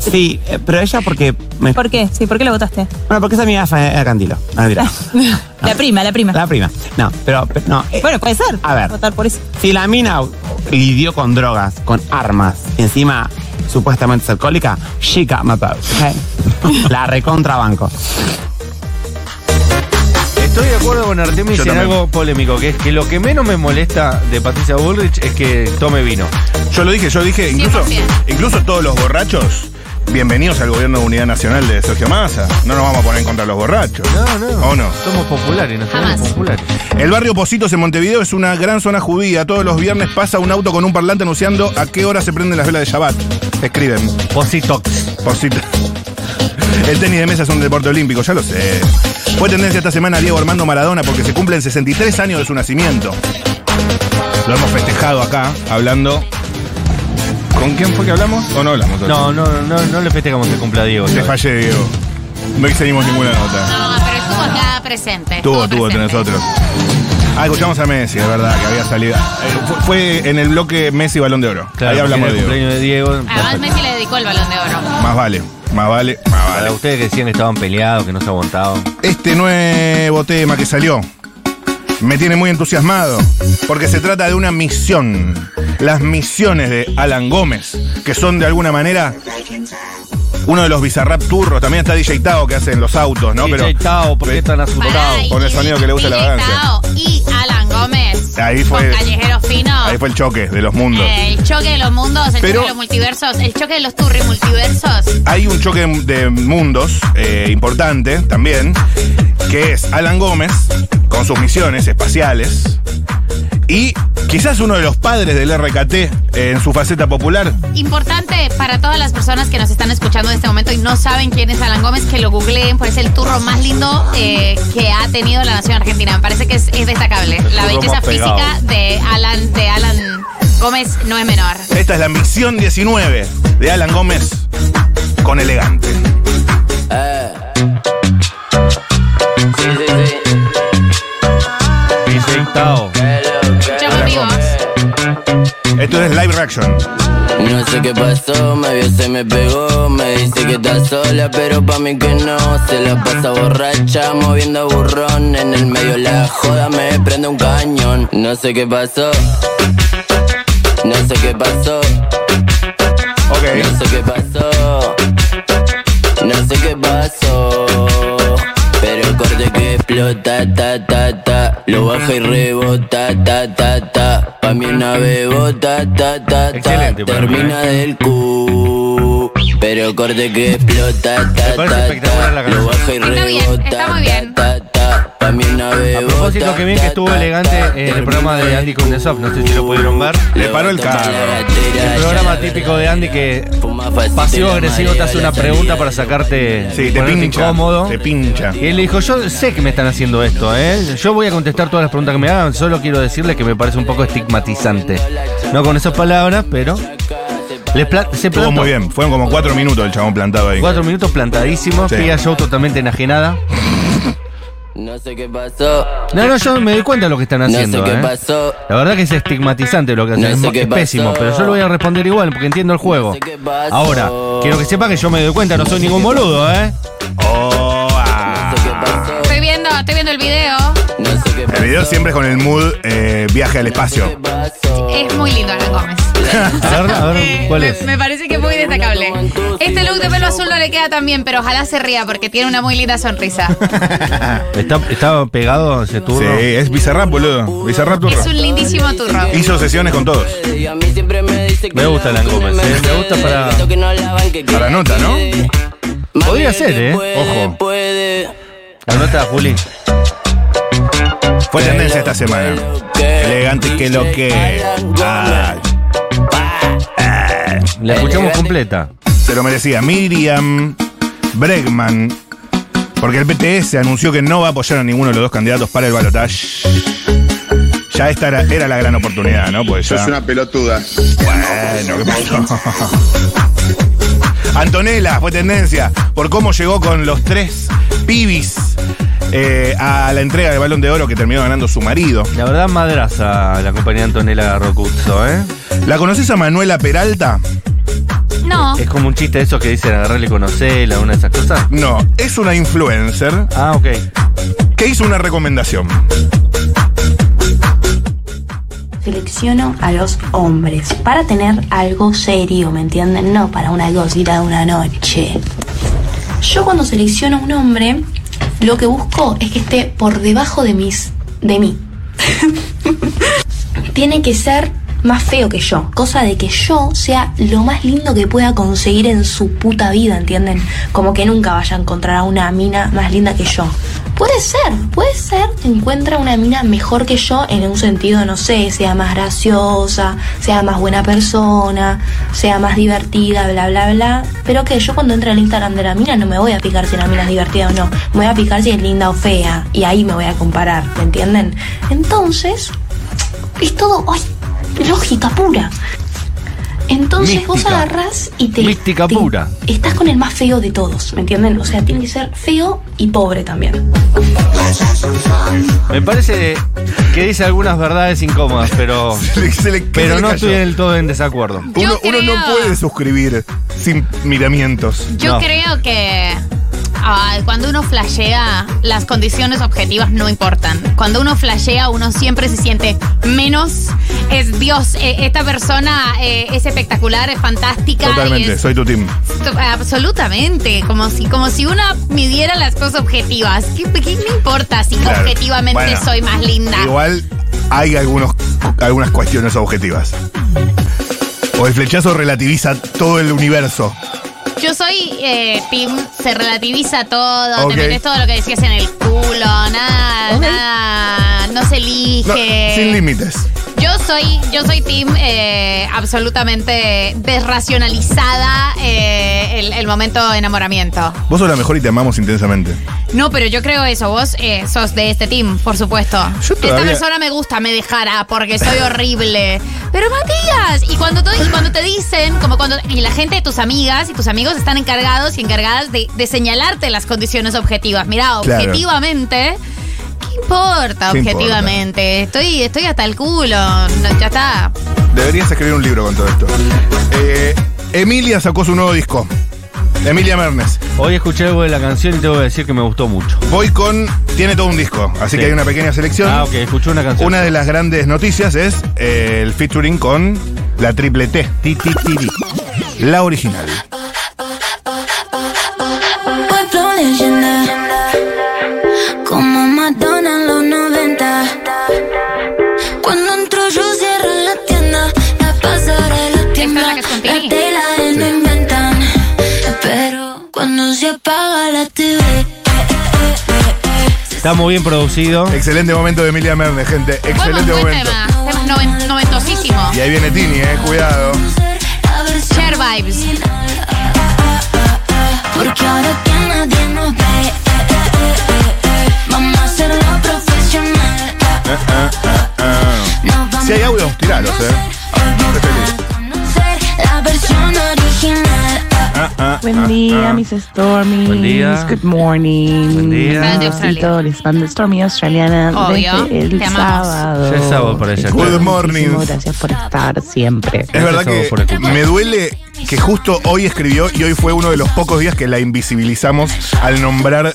S8: Sí, eh, pero ella porque... Me...
S7: ¿Por qué? Sí, ¿por qué lo votaste?
S8: Bueno, porque esa amiga fue- era Candilo. Ah, mentira.
S7: La prima, la prima.
S8: La prima. No, pero... pero No. eh,
S7: Bueno, puede ser.
S8: A ver.
S7: Votar por eso.
S8: Si la mina lidió con drogas, con armas, encima supuestamente es alcohólica, she got my vote, ok? La recontrabanco.
S1: Estoy de acuerdo con Artemis
S3: Yo
S1: en
S3: también.
S1: algo polémico, que es que lo que menos me molesta de Patricia Bullrich es que tome vino.
S3: Yo lo dije, yo dije, incluso,
S4: 100%.
S3: incluso todos los borrachos, bienvenidos al gobierno de unidad nacional de Sergio Massa. No nos vamos a poner en contra de los borrachos.
S1: No, no.
S3: ¿O no?
S1: Somos populares, no somos
S4: Jamás.
S1: populares.
S3: El barrio Positos en Montevideo es una gran zona judía. Todos los viernes pasa un auto con un parlante anunciando a qué hora se prenden las velas de Shabbat. Escriben.
S1: Positox.
S3: Posito. El tenis de mesa es un deporte olímpico, ya lo sé. Fue tendencia esta semana Diego Armando Maradona porque se cumplen 63 años de su nacimiento. Lo hemos festejado acá, hablando. ¿Con quién fue que hablamos? ¿O no hablamos?
S1: No, no, no, no le festejamos el cumple a Diego.
S3: Te
S1: ¿sabes?
S3: fallé, Diego. No hicimos ninguna nota.
S4: No, pero estuvo acá presente.
S3: Tuvo,
S4: estuvo
S3: tuvo,
S4: presente.
S3: tenés otro. Ah, escuchamos a Messi, es verdad, que había salido. Eh, fue, fue en el bloque Messi Balón de Oro.
S1: Claro,
S3: Ahí hablamos
S1: porque
S3: de
S1: era el
S3: Diego.
S1: cumpleaños de Diego.
S4: Además, Messi le dedicó el balón de oro.
S3: Más vale, más vale, más
S1: Para
S3: vale.
S1: ustedes que decían que estaban peleados, que no se aguantaban.
S3: Este nuevo tema que salió me tiene muy entusiasmado porque se trata de una misión. Las misiones de Alan Gómez, que son de alguna manera Uno de los Bizarrap turros, también está DJ Tao que hacen los autos, ¿no?
S1: DJ Tao, ¿por qué tan azul?
S4: Pará,
S3: Tao,
S4: y
S3: con el sonido que le gusta
S4: DJ
S3: la vagancia.
S4: Tao Y Alan Gómez.
S3: Ahí fue-
S4: Con Callejero Fino.
S3: Ahí fue el choque de los mundos.
S4: Eh, El choque de los mundos, el
S3: Pero-
S4: choque de los multiversos, el choque de los turri multiversos.
S3: Hay un choque de mundos eh, importante también, que es Alan Gómez con sus misiones espaciales y quizás uno de los padres del RKT eh, en su faceta popular.
S4: Importante para todas las personas que nos están escuchando en este momento y no saben quién es Alan Gómez, que lo googleen, pues es el turro más lindo eh, que ha tenido la nación argentina. Me parece que es, es destacable.
S3: El
S4: La
S3: turro
S4: belleza
S3: más pegado.
S4: física de Alan, de Alan Gómez no es menor.
S3: Esta es la misión 19 de Alan Gómez con Elegante.
S1: DJ Tao.
S4: Escuchamos en vivo.
S3: Esto es live reaction.
S9: No sé qué pasó, me vio, se me pegó. Me dice que está sola, pero pa' mí que no. Se la pasa borracha, moviendo burrón. En el medio la joda me prende un cañón. No sé qué pasó. No sé qué pasó. No
S3: Ok.
S9: sé qué pasó. No sé qué pasó. Pero corte que explota, ta, ta, ta. Lo baja y rebota, ta, ta, ta. Pa' mí una bebota, ta, ta, ta.
S1: Excelente, para mí,
S9: Termina del cu. Pero corte que explota, ta,
S1: parece
S9: ta,
S1: espectacular la
S9: ta. Lo baja y
S4: Está bien,
S9: rebota,
S4: está muy bien.
S9: ta, ta. Pa' mí una
S1: A
S9: bebota.
S1: propósito, que bien que estuvo
S9: ta, ta, ta.
S1: elegante en el programa de
S9: Termina
S1: Andy
S9: del cu.
S1: Kundesov, no sé si lo pudieron ver.
S3: Le paró el carro.
S1: El programa típico de Andy que pasivo-agresivo te hace una pregunta para sacarte
S3: Sí, te
S1: ponerte
S3: pincha.
S1: incómodo.
S3: Te pincha.
S1: Y él le dijo, yo sé que me están haciendo esto, ¿eh? Yo voy a contestar todas las preguntas que me hagan, solo quiero decirle que me parece un poco estigmatizante. No con esas palabras, pero... les pla- se plantó.
S3: Estuvo muy bien. Fueron como cuatro minutos el chabón plantado ahí.
S1: Cuatro minutos plantadísimo,
S3: Sí.
S1: Pia Show totalmente enajenada.
S9: No sé qué pasó.
S1: No, no, yo me doy cuenta de lo que están
S9: No
S1: haciendo,
S9: sé qué
S1: ¿eh?
S9: pasó.
S1: La verdad que es estigmatizante lo que hacen,
S9: No
S1: es
S9: sé
S1: mo-
S9: qué
S1: es
S9: pasó.
S1: pésimo, pero yo lo voy a responder igual porque entiendo el juego.
S9: sé qué pasó.
S1: Ahora, quiero que sepa que yo me doy cuenta, no soy ningún boludo, ¿eh?
S3: Oh, ah.
S9: No sé qué pasó.
S4: Estoy viendo, estoy viendo el video.
S9: No sé qué
S3: El
S9: pasó.
S3: video siempre es con el mood eh, viaje al espacio.
S4: Es muy lindo Alan Gómez.
S1: A ver, a ver,
S4: Eh,
S1: ¿cuál
S4: me-
S1: es?
S4: Me parece que es muy destacable. Este look de pelo azul no le queda tan bien, pero ojalá se ría porque tiene una muy linda sonrisa.
S1: Está, está pegado ese
S3: Sí,
S1: turno.
S3: es Bizarrap, boludo. Bizarrap turro.
S4: Es un lindísimo turro.
S3: Hizo sesiones con todos.
S4: Eh.
S9: Y a mí siempre me dice que
S1: Me gusta
S9: la
S1: Alan Gómez,
S9: cuna
S1: eh, me gusta para-
S9: dice que no la van, que
S3: Para
S9: quiere
S3: nota,
S9: que
S3: ¿no?
S9: quede.
S1: Podría
S9: Mami,
S1: ser,
S9: que
S1: eh,
S9: puede,
S3: ojo.
S9: puede.
S1: La nota, Juli.
S3: Fue tendencia esta semana. Ah, Elegante que lo que. Ay,
S1: La escuchamos completa.
S3: se lo merecía Miriam Bregman. Porque el PTS anunció que no va a apoyar a ninguno de los dos candidatos para el balotaje. Ya esta era, era la gran oportunidad, ¿no? Pues ya.
S5: pelotuda.
S3: Bueno, ¿qué pasó? Antonella fue tendencia por cómo llegó con los tres pibis eh, a la entrega del balón de oro que terminó ganando su marido.
S1: La verdad, madraza la compañía Antonella Rocuzzo, ¿eh?
S3: ¿La conoces a Manuela Peralta?
S4: No.
S1: Es como un chiste de esos que dicen agarrarle conocerla, una de esas cosas.
S3: No, es una influencer
S1: Ah, ok.
S3: que hizo una recomendación.
S10: Selecciono a los hombres para tener algo serio, ¿me entienden? No para una cosita de una noche. Yo cuando selecciono a un hombre, lo que busco es que esté por debajo de mis. de mí. Tiene que ser más feo que yo, cosa de que yo sea lo más lindo que pueda conseguir en su puta vida, ¿entienden? Como que nunca vaya a encontrar a una mina más linda que yo. Puede ser, puede ser que encuentra una mina mejor que yo en un sentido, no sé, sea más graciosa, sea más buena persona, sea más divertida, bla, bla, bla. Pero que yo cuando entre al Instagram de la mina no me voy a picar si la mina es divertida o no. Me voy a picar si es linda o fea. Y ahí me voy a comparar, ¿me entienden? Entonces, es todo ay, lógica pura. Entonces vos
S1: Mística.
S10: agarrás y te.
S1: Mística
S10: te-
S1: pura.
S10: Estás con el más feo de todos, ¿me entienden? O sea, tiene que ser feo y pobre también.
S1: Me parece que dice algunas verdades incómodas, pero.
S3: Se le- se le- se
S1: Pero
S3: le
S1: no
S3: cayó.
S1: estoy del todo en desacuerdo.
S3: Uno,
S4: Yo
S3: uno no
S4: creo-
S3: puede suscribir sin miramientos.
S4: Yo
S1: No.
S4: creo que ay, cuando uno flashea, las condiciones objetivas no importan. Cuando uno flashea, uno siempre se siente menos. Es Dios, eh, esta persona eh, es espectacular, es fantástica. y
S3: Totalmente,
S4: es-
S3: soy tu team.
S4: to- absolutamente. Como si, como si uno midiera las cosas objetivas. ¿Qué, qué me importa si
S3: Claro.
S4: objetivamente
S3: Bueno,
S4: soy más linda?
S3: Igual hay algunos, algunas cuestiones objetivas. O el flechazo relativiza todo el universo.
S4: Yo soy eh, team, se relativiza todo,
S3: Ok.
S4: te metes todo lo que decías en el culo, nada, nada, no se elige.
S3: No, sin límites.
S4: Yo soy, yo soy team eh, absolutamente desracionalizada eh, el, el momento de enamoramiento.
S3: Vos sos la mejor y te amamos intensamente.
S4: No, pero yo creo eso, vos eh, sos de este team, por supuesto.
S3: todavía-
S4: Esta persona me gusta, me dejará porque soy horrible. Pero Matías, y cuando, todo- y cuando te dicen, como cuando y la gente de tus amigas y tus amigos están encargados y encargadas de, de señalarte las condiciones objetivas. Mirá,
S2: Claro.
S4: objetivamente, ¿qué importa
S3: ¿Qué
S4: objetivamente? Estoy, estoy hasta el culo, no, ya está.
S3: Deberías escribir un libro con todo esto. Eh, Emilia sacó su nuevo disco. Emilia Mernes.
S1: Hoy escuché algo de la canción y tengo que decir que me gustó mucho.
S3: Voy con. Tiene todo un disco, así
S1: Sí.
S3: que hay una pequeña selección.
S1: Ah, ok, escuché una canción.
S3: Una de las grandes noticias es eh, el featuring con la triple T. La original.
S2: Pueblo leyenda, como Madonna en los 90. Cuando entro yo cierro la tienda, la pasarela tienda, la tela él no inventan. Pero cuando se apaga la TV,
S1: Está muy bien producido.
S3: Excelente momento de Emilia Mernes, gente. Excelente
S4: buen
S3: momento.
S4: tema, tema noven- noventosísimo.
S3: Y ahí viene Tini, eh, cuidado.
S4: Share vibes.
S2: porque ahora que nadie nos ve, eh, eh, eh, eh, vamos a hacerlo profesional.
S3: Eh, eh, eh, eh. Si hay audio, tiralos, eh. Estoy feliz.
S2: Ser la versión original.
S3: Ah, ah,
S11: Buen
S3: ah,
S11: día,
S3: ah.
S11: mis Stormies.
S1: Buen día.
S11: Good morning. Buen
S1: día. Fans de
S11: Y
S1: Australia.
S11: todo el spam de Stormy australiana
S4: Obvio,
S11: desde el
S4: te amamos.
S11: sábado.
S1: Ya es sábado para ella,
S11: Muchísimas
S3: Good morning.
S11: Gracias por estar siempre.
S3: Es verdad
S1: Gracias a vos
S3: que
S1: por escuchar.
S3: me duele que justo hoy escribió y hoy fue uno de los pocos días que la invisibilizamos al nombrar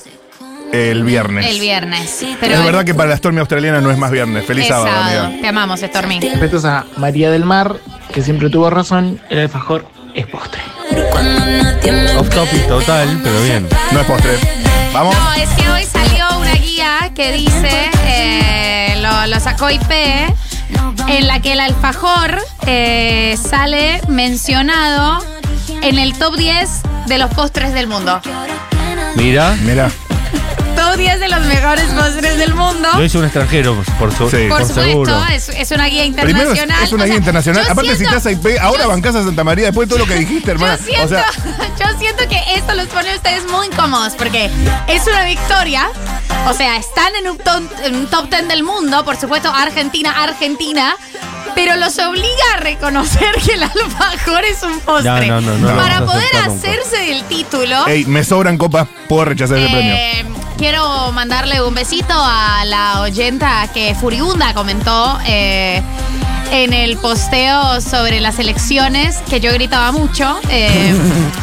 S3: el viernes.
S4: El viernes. Pero
S3: Es verdad que para la Stormy australiana no es más viernes. Feliz
S4: es
S3: sábado,
S4: sábado.
S3: amiga.
S4: Te amamos, Stormy.
S12: Respetos a María del Mar, que siempre tuvo razón, el alfajor es postre.
S1: Off topic total, pero bien.
S3: No es postre. Vamos.
S4: No, es que hoy salió una guía que dice, eh, lo, lo sacó IP, en la que el alfajor eh, sale mencionado en el top 10 de los postres del mundo.
S1: Mira,
S3: Mira,
S4: Top 10 de los mejores postres del mundo.
S1: lo hizo un extranjero, por, su-
S3: Sí.
S1: por
S4: Por
S1: seguro.
S4: supuesto, es, es una guía
S3: primero
S4: internacional.
S3: es, es una
S4: O
S3: guía
S4: sea,
S3: internacional.
S4: yo
S3: Aparte,
S4: siento-
S3: si estás IP, ahora bancás a Santa María después de todo lo que dijiste, hermana.
S4: Yo siento,
S3: O sea,
S4: yo siento que esto los pone a ustedes muy incómodos porque es una victoria. O sea, están en un, ton- en un top 10 del mundo, por supuesto, Argentina, Argentina, pero los obliga a reconocer que el alfajor es un postre.
S1: No, no, no, no lo
S4: Para
S1: vamos a
S4: poder
S1: aceptar nunca.
S4: hacerse del título.
S3: hey, me sobran copas, puedo rechazar el premio.
S4: Eh, quiero mandarle un besito a la oyenta que Furibunda comentó eh, en el posteo sobre las elecciones que yo gritaba mucho eh,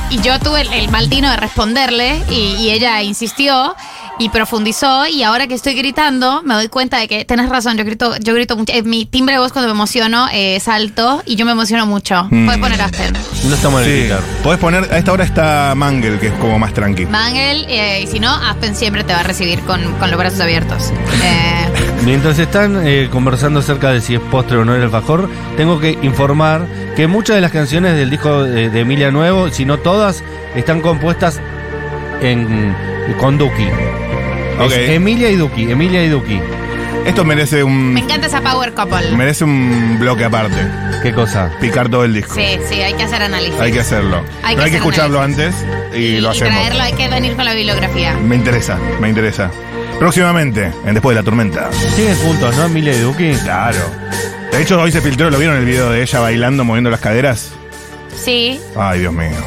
S4: y yo tuve el, el mal tino de responderle y, y ella insistió. Y profundizó y ahora que estoy gritando me doy cuenta de que tenés razón, yo grito, yo grito mucho, eh, mi timbre de voz cuando me emociono eh, es alto y yo me emociono mucho.
S3: Mm.
S4: Puedes poner Aspen.
S1: No estamos en el
S3: Sí.
S1: guitar.
S3: Podés poner, a esta hora está Mangel, que es como más tranqui.
S4: Mangel, eh, y si no, Aspen siempre te va a recibir con, con los brazos abiertos. Eh,
S1: Mientras están eh, conversando acerca de si es postre o no el alfajor, tengo que informar que muchas de las canciones del disco de, de Emilia Nuevo, si no todas, están compuestas en, con Duki.
S3: Ok.
S1: Es Emilia y Duki, Emilia y Duki.
S3: Esto merece
S4: me
S3: un,
S4: encanta esa power couple.
S3: merece un bloque aparte.
S1: ¿Qué cosa?
S3: Picar todo el disco.
S4: Sí, sí, hay que hacer análisis.
S3: Hay que hacerlo.
S4: Hay
S3: no
S4: que
S3: hay que
S4: hacer
S3: escucharlo antes y, lo
S4: y
S3: hacemos.
S4: traerlo, hay que venir con la bibliografía.
S3: Me interesa, me interesa. Próximamente, en Después de la Tormenta.
S1: Siguen juntos, ¿no? Emilia y Duki.
S3: Claro. De hecho, hoy se filtró, ¿lo vieron el video de ella bailando, moviendo las caderas?
S4: Sí.
S3: Ay, Dios mío.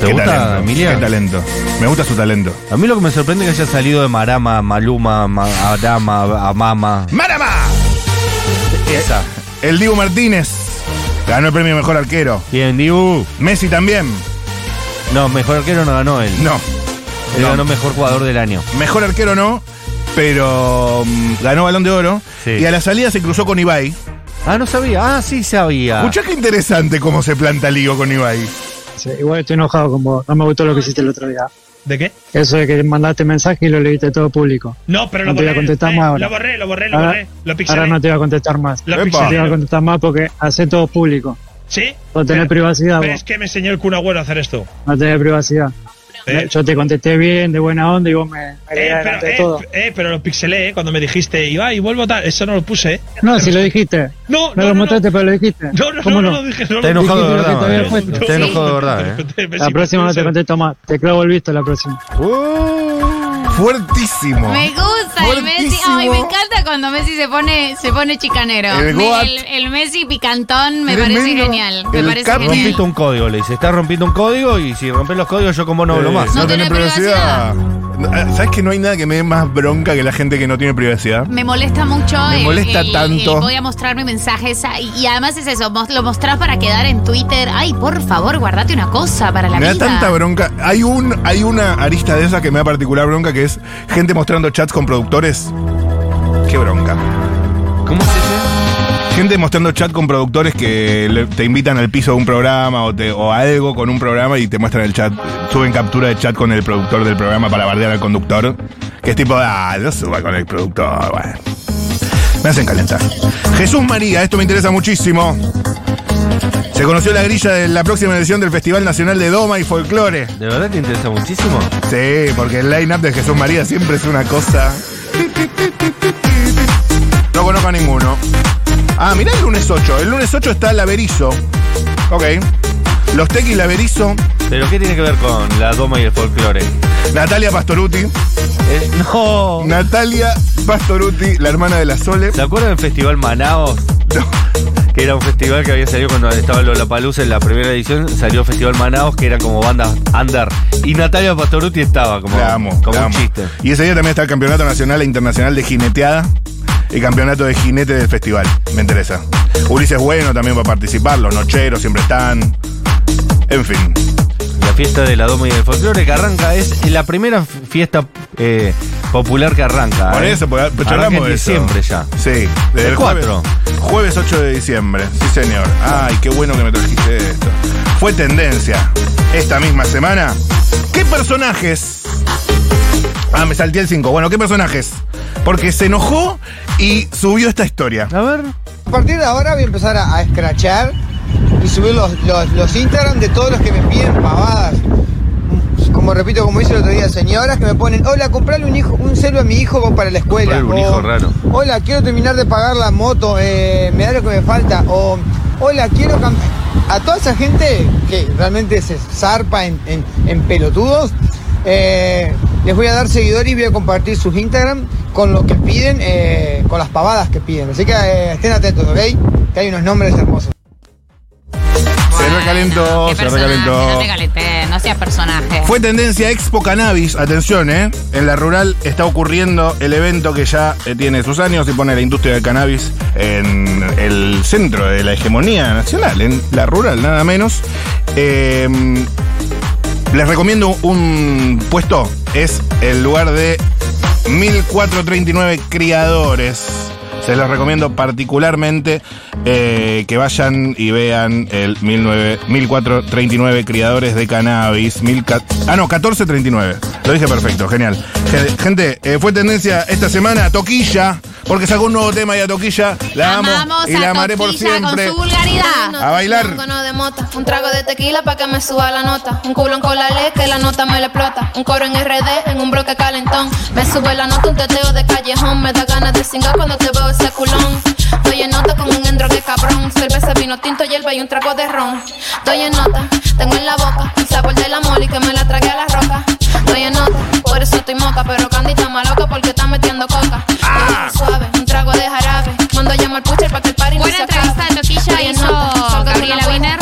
S1: ¿Te gusta, Emilia?
S3: Qué talento. Me gusta su talento.
S1: A mí lo que me sorprende es que haya salido de Marama, Maluma, Ma- Adama, Amama.
S3: ¡Marama!
S1: Esa.
S3: El Dibu Martínez ganó el premio Mejor Arquero.
S1: Bien, Dibu.
S3: Messi también.
S1: No, mejor arquero no ganó él.
S3: No.
S1: Le ganó mejor jugador del año.
S3: Mejor arquero no, pero mm, ganó balón de oro. Y a la salida se cruzó con Ibai.
S1: Ah, no sabía. Ah, sí sabía.
S3: Escuchá qué interesante cómo se planta Ligo con Ibai.
S13: Sí, igual estoy enojado con vos. No me gustó lo que hiciste el otro día.
S14: ¿De qué?
S13: Eso de que mandaste mensaje y lo leíste todo público.
S14: No, pero lo
S13: no te voy
S14: borré.
S13: a contestar
S14: eh,
S13: más ahora.
S14: Lo borré, lo borré, lo
S13: Ahora-
S14: borré. Lo
S13: Ahora
S14: pixelé.
S13: no te voy a contestar más.
S14: Lo
S13: No te
S14: pixelé.
S13: voy a contestar más porque hace todo público.
S14: ¿Sí?
S13: No tenés
S14: Pero-
S13: privacidad
S14: Pero
S13: vos.
S14: es que me enseñó el Kun Agüero a hacer esto.
S13: No tenés privacidad.
S14: Eh.
S13: Yo te contesté bien, de buena onda y vos me...
S14: Eh, pero, eh, eh, pero lo pixelé eh, cuando me dijiste, Ibai, vuelvo a tal. Eso no lo puse. eh.
S13: No, si lo dijiste.
S14: No,
S13: no. lo mostraste, pero lo dijiste.
S14: No, no,
S13: ¿Cómo
S14: no, no lo dije, no lo
S1: Está enojado de
S13: Dijiste lo
S1: verdad,
S13: que te había
S1: Mario.
S13: puesto.
S1: Está enojado de verdad, ¿eh?
S13: La próxima no te contesto más. Te clavo el visto la próxima.
S1: Uh,
S3: Fuertísimo.
S4: Me gusta el Messi. Ay, me encanta cuando Messi se pone, se pone chicanero.
S1: El
S4: Me-
S1: Goat.
S4: El, el Messi picantón me
S1: Tremendo.
S4: parece genial. Me
S1: El
S4: parece
S1: Capi-
S4: genial.
S1: Rompiste un código, le dice. Estás rompiendo un código y si rompes los códigos yo como no hablo
S3: Eh,
S1: más.
S3: No, tenés privacidad. Ah, ¿Sabes que no hay nada que me dé más bronca que la gente que no tiene privacidad?
S4: Me molesta mucho.
S3: Me
S4: el-
S3: molesta
S4: el-
S3: tanto.
S4: el voy a mostrar mi mensaje. esa- y, y además es eso. mos- Lo mostrás para quedar en Twitter. Ay, por favor, guardate una cosa para la
S3: me
S4: vida.
S3: da tanta bronca. Hay un, hay una arista de esa que me da particular bronca que es gente mostrando chats con productores. Qué bronca.
S1: ¿Cómo se dice?
S3: Gente mostrando chat con productores que le- te invitan al piso de un programa o, te, o algo con un programa y te muestran el chat. Suben captura de chat con el productor del programa para bardear al conductor. Que es tipo, ah, no suba con el productor. Bueno. Me hacen calentar. Jesús María, esto me interesa muchísimo. Se conoció la grilla de la próxima edición del Festival Nacional de Doma y Folclore.
S1: ¿De verdad te interesa muchísimo?
S3: Sí, porque el line-up de Jesús María siempre es una cosa. No conozco a ninguno. Ah, mirá el lunes 8. El lunes 8 está la Berizo. Ok. Los Tech y la Berizo.
S1: ¿Pero qué tiene que ver con la doma y el folclore?
S3: Natalia Pastoruti.
S1: Eh, no.
S3: Natalia Pastoruti, la hermana de la Sole.
S1: ¿Se acuerdan del Festival Manaos? Que era un festival que había salido cuando estaba Lollapalooza en la primera edición. Salió Festival Manaos, que era como banda under. Y Natalia Pastoruti estaba como,
S3: La amo,
S1: como un
S3: la amo.
S1: chiste.
S3: Y ese día también está el Campeonato Nacional e Internacional de Jineteada y Campeonato de Jinete del Festival. Me interesa. Ulises Bueno también va a participar, los Nocheros siempre están. En fin.
S1: La fiesta de la doma y del folclore que arranca es la primera fiesta eh, popular que arranca.
S3: Por
S1: ¿eh?
S3: eso, porque
S1: Arranca
S3: charlamos
S1: en
S3: de eso.
S1: diciembre ya.
S3: Sí, desde el
S1: El
S3: jueves,
S1: 4.
S3: jueves 8 de diciembre. Sí, señor. Ay, qué bueno que me trajiste esto. Fue tendencia esta misma semana. ¿Qué personajes? Ah, me salté el 5. Bueno, ¿qué personajes? Porque se enojó y subió esta historia.
S1: A ver.
S15: A partir de ahora voy a empezar a, a escrachar y subir los, los, los Instagram de todos los que me piden pavadas. Como repito, como hice el otro día, señoras que me ponen, hola, comprale un hijo, un celo a mi hijo para la escuela.
S1: Comprale un
S15: O,
S1: hijo raro.
S15: Hola, quiero terminar de pagar la moto, eh, me da lo que me falta. O hola, quiero cam-". a toda esa gente que realmente se zarpa en, en- en pelotudos. eh, les voy a dar seguidores y voy a compartir sus Instagram con lo que piden, eh, con las pavadas que piden. Así que eh, estén atentos, ¿ok? Que hay unos nombres hermosos.
S3: Se recalentó, se recalentó.
S4: no seas personaje.
S3: Fue tendencia Expo Cannabis, atención, ¿eh? En la rural está ocurriendo el evento que ya eh, tiene sus años y pone la industria del cannabis en el centro de la hegemonía nacional, en la rural, nada menos. Eh, les recomiendo un puesto, es el lugar de 1439 Criadores. Se los recomiendo particularmente eh, que vayan y vean el 19 1439 criadores de cannabis. mil ca- ah, no, 1439. Lo dije perfecto, genial. Gen- Gente, eh, fue tendencia esta semana a Toquilla, porque sacó un nuevo tema y a Toquilla la amo
S16: Amamos
S3: y la
S16: a
S3: amaré por
S16: Toquilla con
S3: siempre.
S16: su vulgaridad.
S3: A bailar.
S16: Un cono de mota, un trago de tequila para que me suba la nota. Un culo en cola le que la nota me le explota. Un coro en RD en un bloque calentón. Me sube la nota, un teteo de callejón. Me da ganas de cingar cuando te veo ese culón. Doy en nota con un endroque cabrón. Cerveza, vino tinto, hierba y un trago de ron. Doy en nota, tengo en la boca el sabor de la moli que me la tragué a la roca. Doy en nota, por eso estoy moca, pero Candita maloca porque está metiendo coca.
S3: Ah.
S16: Suave, un trago de jarabe. Mando a llamar al para que el party
S4: Buena
S16: no se acabe.
S4: entrevista de Toquilla
S16: Ay,
S4: hizo
S16: no, salgo de
S4: Gabriela
S16: una
S4: Wiener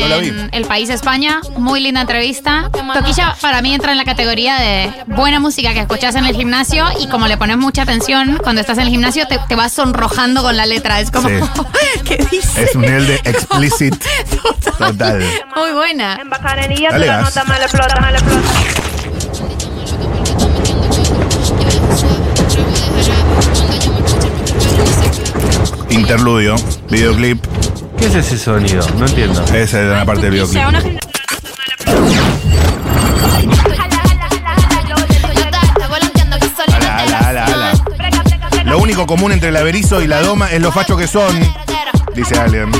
S16: No la
S4: en El País España. Muy linda entrevista. Toquilla para mí entra en la categoría de buena música que escuchas en el gimnasio y como le pones mucha atención, cuando estás en el gimnasio te, te vas sonrojando con la letra. Es como,
S3: Sí.
S4: ¿qué dice?
S3: Es un nivel de explicit total.
S4: Muy buena. En
S3: Dale, pero la gas. nota
S4: me explota, me explota.
S3: Interludio, videoclip.
S1: ¿Qué es ese sonido? No entiendo.
S3: Esa es la parte del videoclip. Ala, ala, ala, ala. Lo único común entre la Berizo y la Doma es lo facho que son, dice alguien.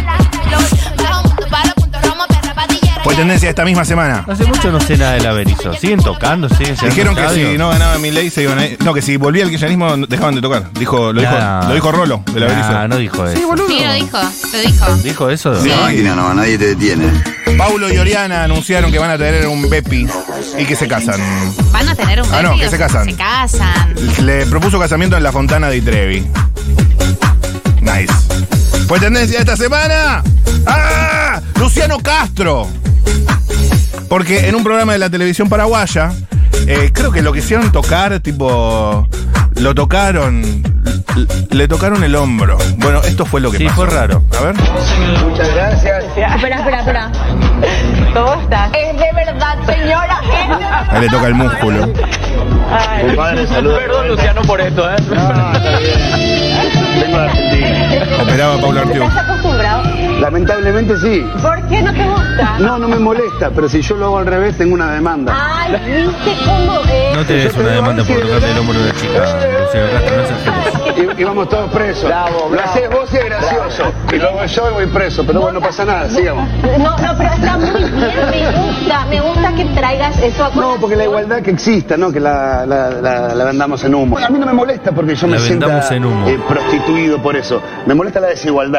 S3: Fue tendencia esta misma semana.
S1: Hace mucho no sé nada de la Berizo. ¿Siguen tocando? ¿Siguen llenando
S3: Dijeron que
S1: estadios?
S3: si no ganaba mi ley, se iban a ir. No, que si volvía al kirchnerismo, dejaban de tocar. Dijo, lo,
S1: Nah.
S3: dijo, lo dijo Rolo, de la
S1: Nah,
S3: Berizo.
S1: no dijo eso.
S4: Sí, lo dijo, lo dijo.
S1: ¿Dijo eso?
S3: Sí.
S17: no, nadie te detiene.
S3: Paulo y Oriana anunciaron que van a tener un Bepi y que se casan.
S4: Van a tener un
S3: Ah, no,
S4: bebé,
S3: que se
S4: o-
S3: casan.
S4: Se casan.
S3: Le propuso casamiento en la Fontana de Trevi. Nice. Fue tendencia esta semana. ¡Ah! Luciano Castro. Porque en un programa de la televisión paraguaya, eh, creo que lo quisieron tocar, tipo. Lo tocaron. l- Le tocaron el hombro. Bueno, esto fue lo que pasó. fue raro. A ver.
S18: Muchas gracias. Espera, espera, espera. ¿Cómo estás? Es de verdad, señora.
S3: Ahí le toca el músculo.
S18: Compadre, saludos. Perdón, Luciano, por esto, ¿eh?
S3: Operaba Paula Artiuk.
S18: acostumbrado?
S17: Lamentablemente sí.
S18: ¿Por qué no te gusta?
S17: No, no me molesta, pero si yo lo hago al revés, tengo una demanda.
S18: Ay, ¿viste cómo es?
S1: No te des una demanda por tocarle el hombro de una chica. Luciano Castro, no seas gil.
S17: Y, y vamos todos presos. Lo haces vos y es gracioso. Y lo hago yo y voy preso. Pero bueno, no pasa nada, sigamos.
S18: No, no, pero está muy bien, me gusta, me gusta que traigas eso a
S17: No, porque la igualdad que exista, ¿no? Que la, la, la- la vendamos en humo. A mí no me molesta porque yo
S1: La
S17: me siento
S1: vendamos en humo.
S17: prostituido por eso. Me molesta la desigualdad.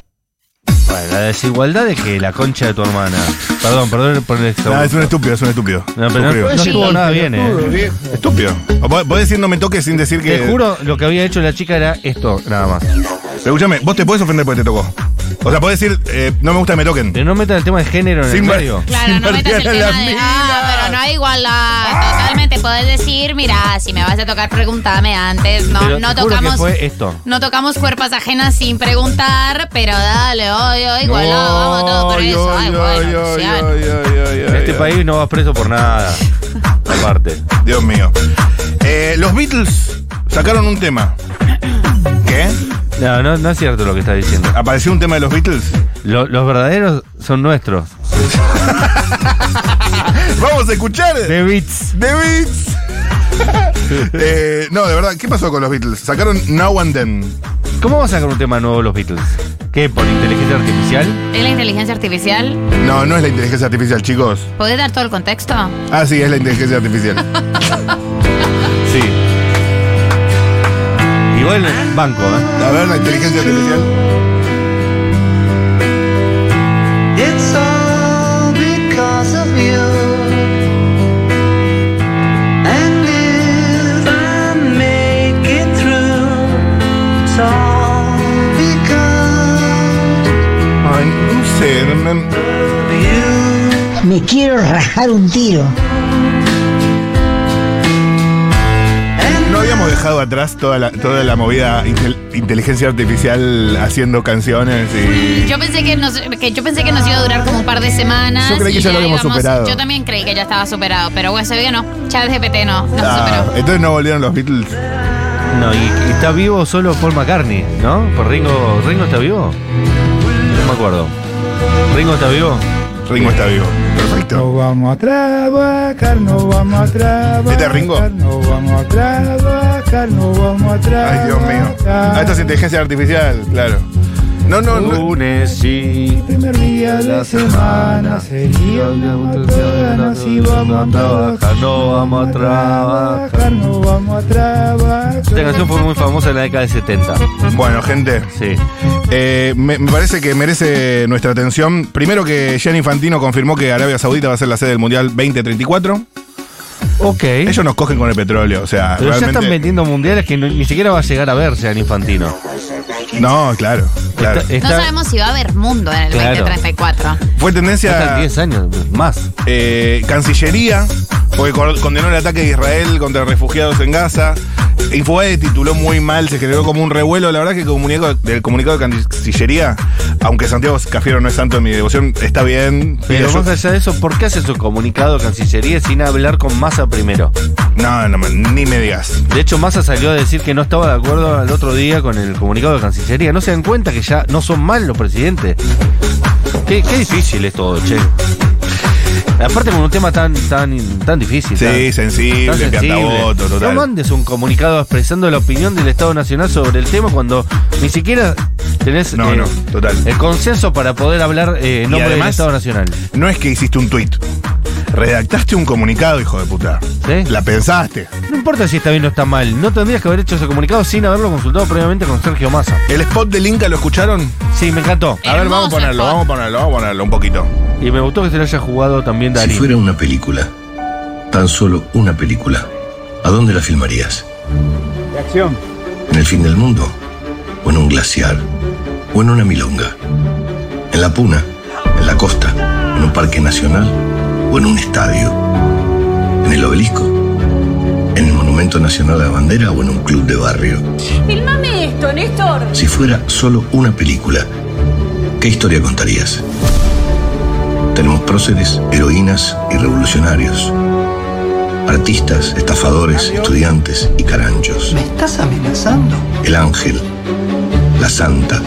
S1: Bueno, la desigualdad es que la concha de tu hermana. Perdón, perdón por el extra.
S3: No, Ah, es un estúpido, es un estúpido.
S1: No, pero no,
S3: Estúpido.
S1: no estuvo nada bien, eh.
S3: Estúpido. O po- Podés decir no me toques sin decir que.
S1: Te juro, lo que había hecho la chica era esto, nada más.
S3: Pero escúchame, vos te podés ofender porque te tocó. O sea, podés decir, eh, no me gusta que me toquen.
S1: Que no metan el tema de género en
S3: Sin
S1: el
S3: ver-
S1: medio.
S4: Claro, no metas el
S3: Invertir a
S4: tema
S3: las
S4: de. Ah, pero no hay igualdad. Totalmente podés decir, mira, si me vas a tocar, pregúntame antes. No,
S1: Pero
S4: no
S1: te juro
S4: tocamos.
S1: que fue esto.
S4: No tocamos cuerpas ajenas sin preguntar, pero dale, odio, igualdad, vamos todo por eso. Ay, bueno, Luciano.
S1: En este país no vas preso por nada. Aparte.
S3: Dios mío. Eh, los Beatles sacaron un tema. ¿Qué?
S1: No, no, no es cierto lo que estás diciendo.
S3: ¿Apareció un tema de los Beatles?
S1: Lo- los verdaderos son nuestros.
S3: Vamos a escuchar. The
S1: Beats.
S3: The Beats. Eh, no, de verdad, ¿qué pasó con los Beatles? Sacaron Now and Then.
S1: ¿Cómo vas a sacar un tema nuevo de los Beatles? ¿Qué? ¿Por inteligencia artificial?
S4: ¿Es la inteligencia artificial?
S3: No, no es la inteligencia artificial, chicos.
S4: ¿Podés dar todo el contexto?
S3: Ah, sí, es la inteligencia artificial.
S1: Sí. Igual banco, ¿eh?
S3: A ver, la inteligencia artificial.
S18: It's all because of you. And if I make it through, it's all because
S3: Ay, no sé. no me-
S19: Me quiero rajar un tiro.
S3: No habíamos dejado atrás toda la, toda la movida intel- inteligencia artificial haciendo canciones y.
S4: Yo pensé que nos, que yo pensé que nos iba a durar como un par de semanas.
S3: Yo creí que
S4: y
S3: ya lo habíamos superado.
S4: Yo también creí que ya estaba superado, pero bueno, se ve que no. ChatGPT no, no superó.
S3: Ah, entonces no volvieron los Beatles.
S1: No, y, y está vivo solo Paul McCartney, ¿no? ¿Por Ringo, Ringo está vivo? No me acuerdo. ¿Ringo está vivo?
S3: Ringo está vivo. Perfecto.
S20: No vamos a trabajar, no vamos a trabajar.
S3: ¿Este es Ringo?
S20: No vamos a trabajar, no vamos a trabajar.
S3: Ay, Dios mío. Ah, esto es inteligencia artificial, claro. No, no, no.
S1: Lunes y
S20: primer día de la semana sería una matada, si vamos a trabajar,
S1: no vamos a trabajar.
S20: no vamos a trabajar.
S1: Esta canción fue muy famosa en la década de 70.
S3: Bueno, gente.
S1: Sí.
S3: Eh, me, me parece que merece nuestra atención. Primero que Gianni Fantino confirmó que Arabia Saudita va a ser la sede del Mundial 2034.
S20: ¿Eh?
S1: Ok.
S3: Ellos nos cogen con el petróleo, o sea,
S1: Pero ya están
S3: realmente.
S1: vendiendo mundiales que no- ni siquiera va a llegar a verse al infantino.
S3: No, claro, claro.
S20: eh,
S4: No sabemos si va a haber mundo en el
S1: Claro.
S4: 2034.
S3: Fue tendencia.
S1: Faltan 10 años más.
S3: Eh, Cancillería porque cor- condenó el ataque de Israel contra refugiados en Gaza. Infobae tituló muy mal, se generó como un revuelo. La verdad que comunicado, del comunicado de Cancillería, aunque Santiago Cafiero no es santo de mi devoción, está bien.
S1: Pero
S3: yo-
S1: más allá de eso, ¿por qué hace su comunicado Cancillería sin hablar con Massa primero?
S3: No, no, ni me digas.
S1: De hecho, Massa salió a decir que no estaba de acuerdo al otro día con el comunicado de Cancillería. No se dan cuenta que ya no son mal los presidentes. Qué, qué difícil es todo, che. Aparte con un tema tan, tan, tan difícil.
S3: Sí,
S1: tan-
S3: sensible, piantaboto, total.
S1: No mandes un comunicado expresando la opinión del Estado Nacional sobre el tema cuando ni siquiera tenés
S3: No,
S1: eh,
S3: no, total.
S1: el consenso para poder hablar eh, en
S3: Y
S1: nombre del
S3: además,
S1: Estado Nacional.
S3: No es que hiciste un tuit. Redactaste un comunicado, hijo de puta. La pensaste.
S1: No importa si está bien o está mal, no tendrías que haber hecho ese comunicado sin haberlo consultado previamente con Sergio Massa.
S3: ¿El spot del Inca lo escucharon?
S1: Sí, me encantó.
S3: A ver, vamos a ponerlo, vamos a ponerlo, vamos a ponerlo un poquito.
S1: Y me gustó que se lo haya jugado también
S21: Si
S1: Darín.
S21: fuera una película, tan solo una película, ¿a dónde la filmarías?
S13: De acción.
S21: ¿En el fin del mundo? ¿O en un glaciar? ¿O en una milonga? ¿En la puna? ¿En la costa? ¿En un parque nacional? ¿O en un estadio? ¿En el obelisco? ¿En el Monumento Nacional a la Bandera o en un club de barrio?
S22: Filmame esto, Néstor.
S21: Si fuera solo una película, ¿qué historia contarías? Tenemos próceres, heroínas y revolucionarios. Artistas, estafadores, estudiantes y caranchos.
S19: ¿Me estás amenazando?
S21: El ángel, la santa,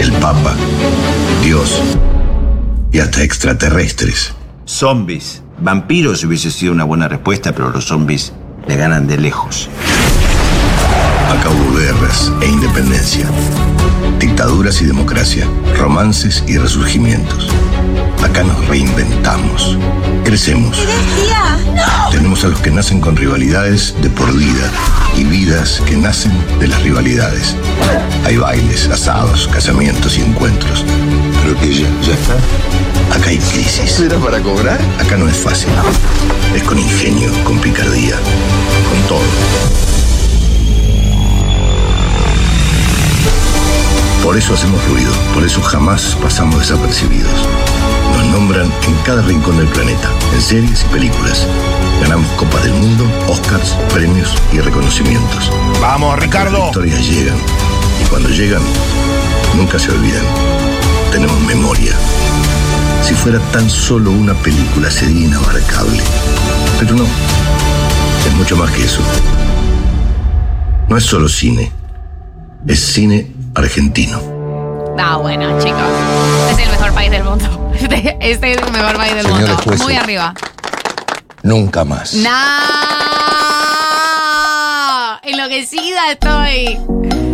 S21: el papa, Dios y hasta extraterrestres.
S23: Zombies. Vampiros hubiese sido una buena respuesta, pero los zombies le ganan de lejos.
S21: Acá hubo guerras e independencia, dictaduras y democracia, romances y resurgimientos. Acá nos reinventamos, crecemos. Tenemos a los que nacen con rivalidades de por vida y vidas que nacen de las rivalidades. Hay bailes, asados, casamientos y encuentros. Pero que ya, ya está. Acá hay crisis. ¿Será para cobrar? Acá no es fácil. Es con ingenio, con picardía, con todo. Por eso hacemos ruido, por eso jamás pasamos desapercibidos. Nos nombran en cada rincón del planeta, en series y películas. Ganamos Copas del Mundo, Oscars, premios y reconocimientos.
S3: ¡Vamos, Ricardo!
S21: Las historias llegan, y cuando llegan, nunca se olvidan. Tenemos memoria. Si fuera tan solo una película, sería inabarcable. Pero no, es mucho más que eso. No es solo cine, es cine argentino.
S4: Ah, bueno, chicos. este Es el mejor país del mundo. Este, este es el mejor país del
S21: Señores
S4: mundo.
S21: jueces.
S4: Muy arriba.
S21: Nunca más.
S4: ¡No! Enloquecida estoy.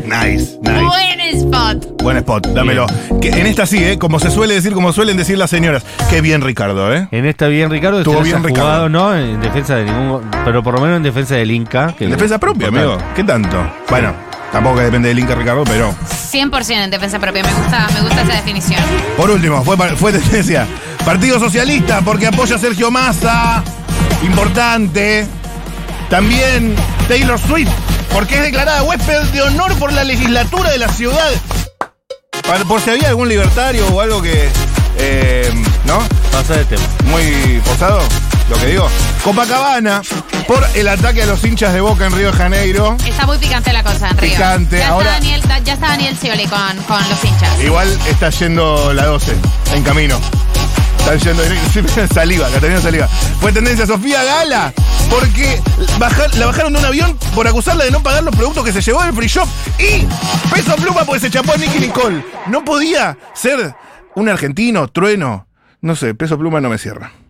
S3: Nice, nice.
S4: Buen spot.
S3: Buen spot, dámelo. Que en esta sí, ¿eh? Como se suele decir, como suelen decir las señoras. Qué bien, Ricardo, ¿eh?
S1: En esta bien, Ricardo,
S3: Estuvo
S1: se las
S3: bien,
S1: ha
S3: Ricardo.
S1: jugado, no en defensa de ningún, pero por lo menos en defensa del Inca. que-
S3: En defensa propia,
S1: Total.
S3: amigo. ¿Qué tanto? Bueno, tampoco que depende del Inca, Ricardo, pero...
S4: 100% en defensa propia. Me gusta, me gusta esa definición.
S3: Por último, fue, par- fue tendencia. Partido Socialista, porque apoya a Sergio Massa. Importante. También Taylor Swift, porque es declarada huésped de honor por la legislatura de la ciudad. Para- por si había algún libertario o algo que. eh, ¿No?
S1: Pasa de tema.
S3: Muy forzado, lo que digo. Copacabana, por el ataque a los hinchas de boca en Río de Janeiro.
S4: Está muy picante la cosa en Río.
S3: Picante,
S4: Ya,
S3: ahora-
S4: está Daniel, ya está Daniel Scioli con, con los hinchas.
S3: Igual está yendo la 12, en camino. Están yendo saliva, Catalina saliva. Fue tendencia Sofía Gala, porque bajar- la bajaron de un avión por acusarla de no pagar los productos que se llevó del free shop. Y peso pluma porque se chapó a Nicky Nicole. No podía ser un argentino, trueno. No sé, peso pluma no me cierra.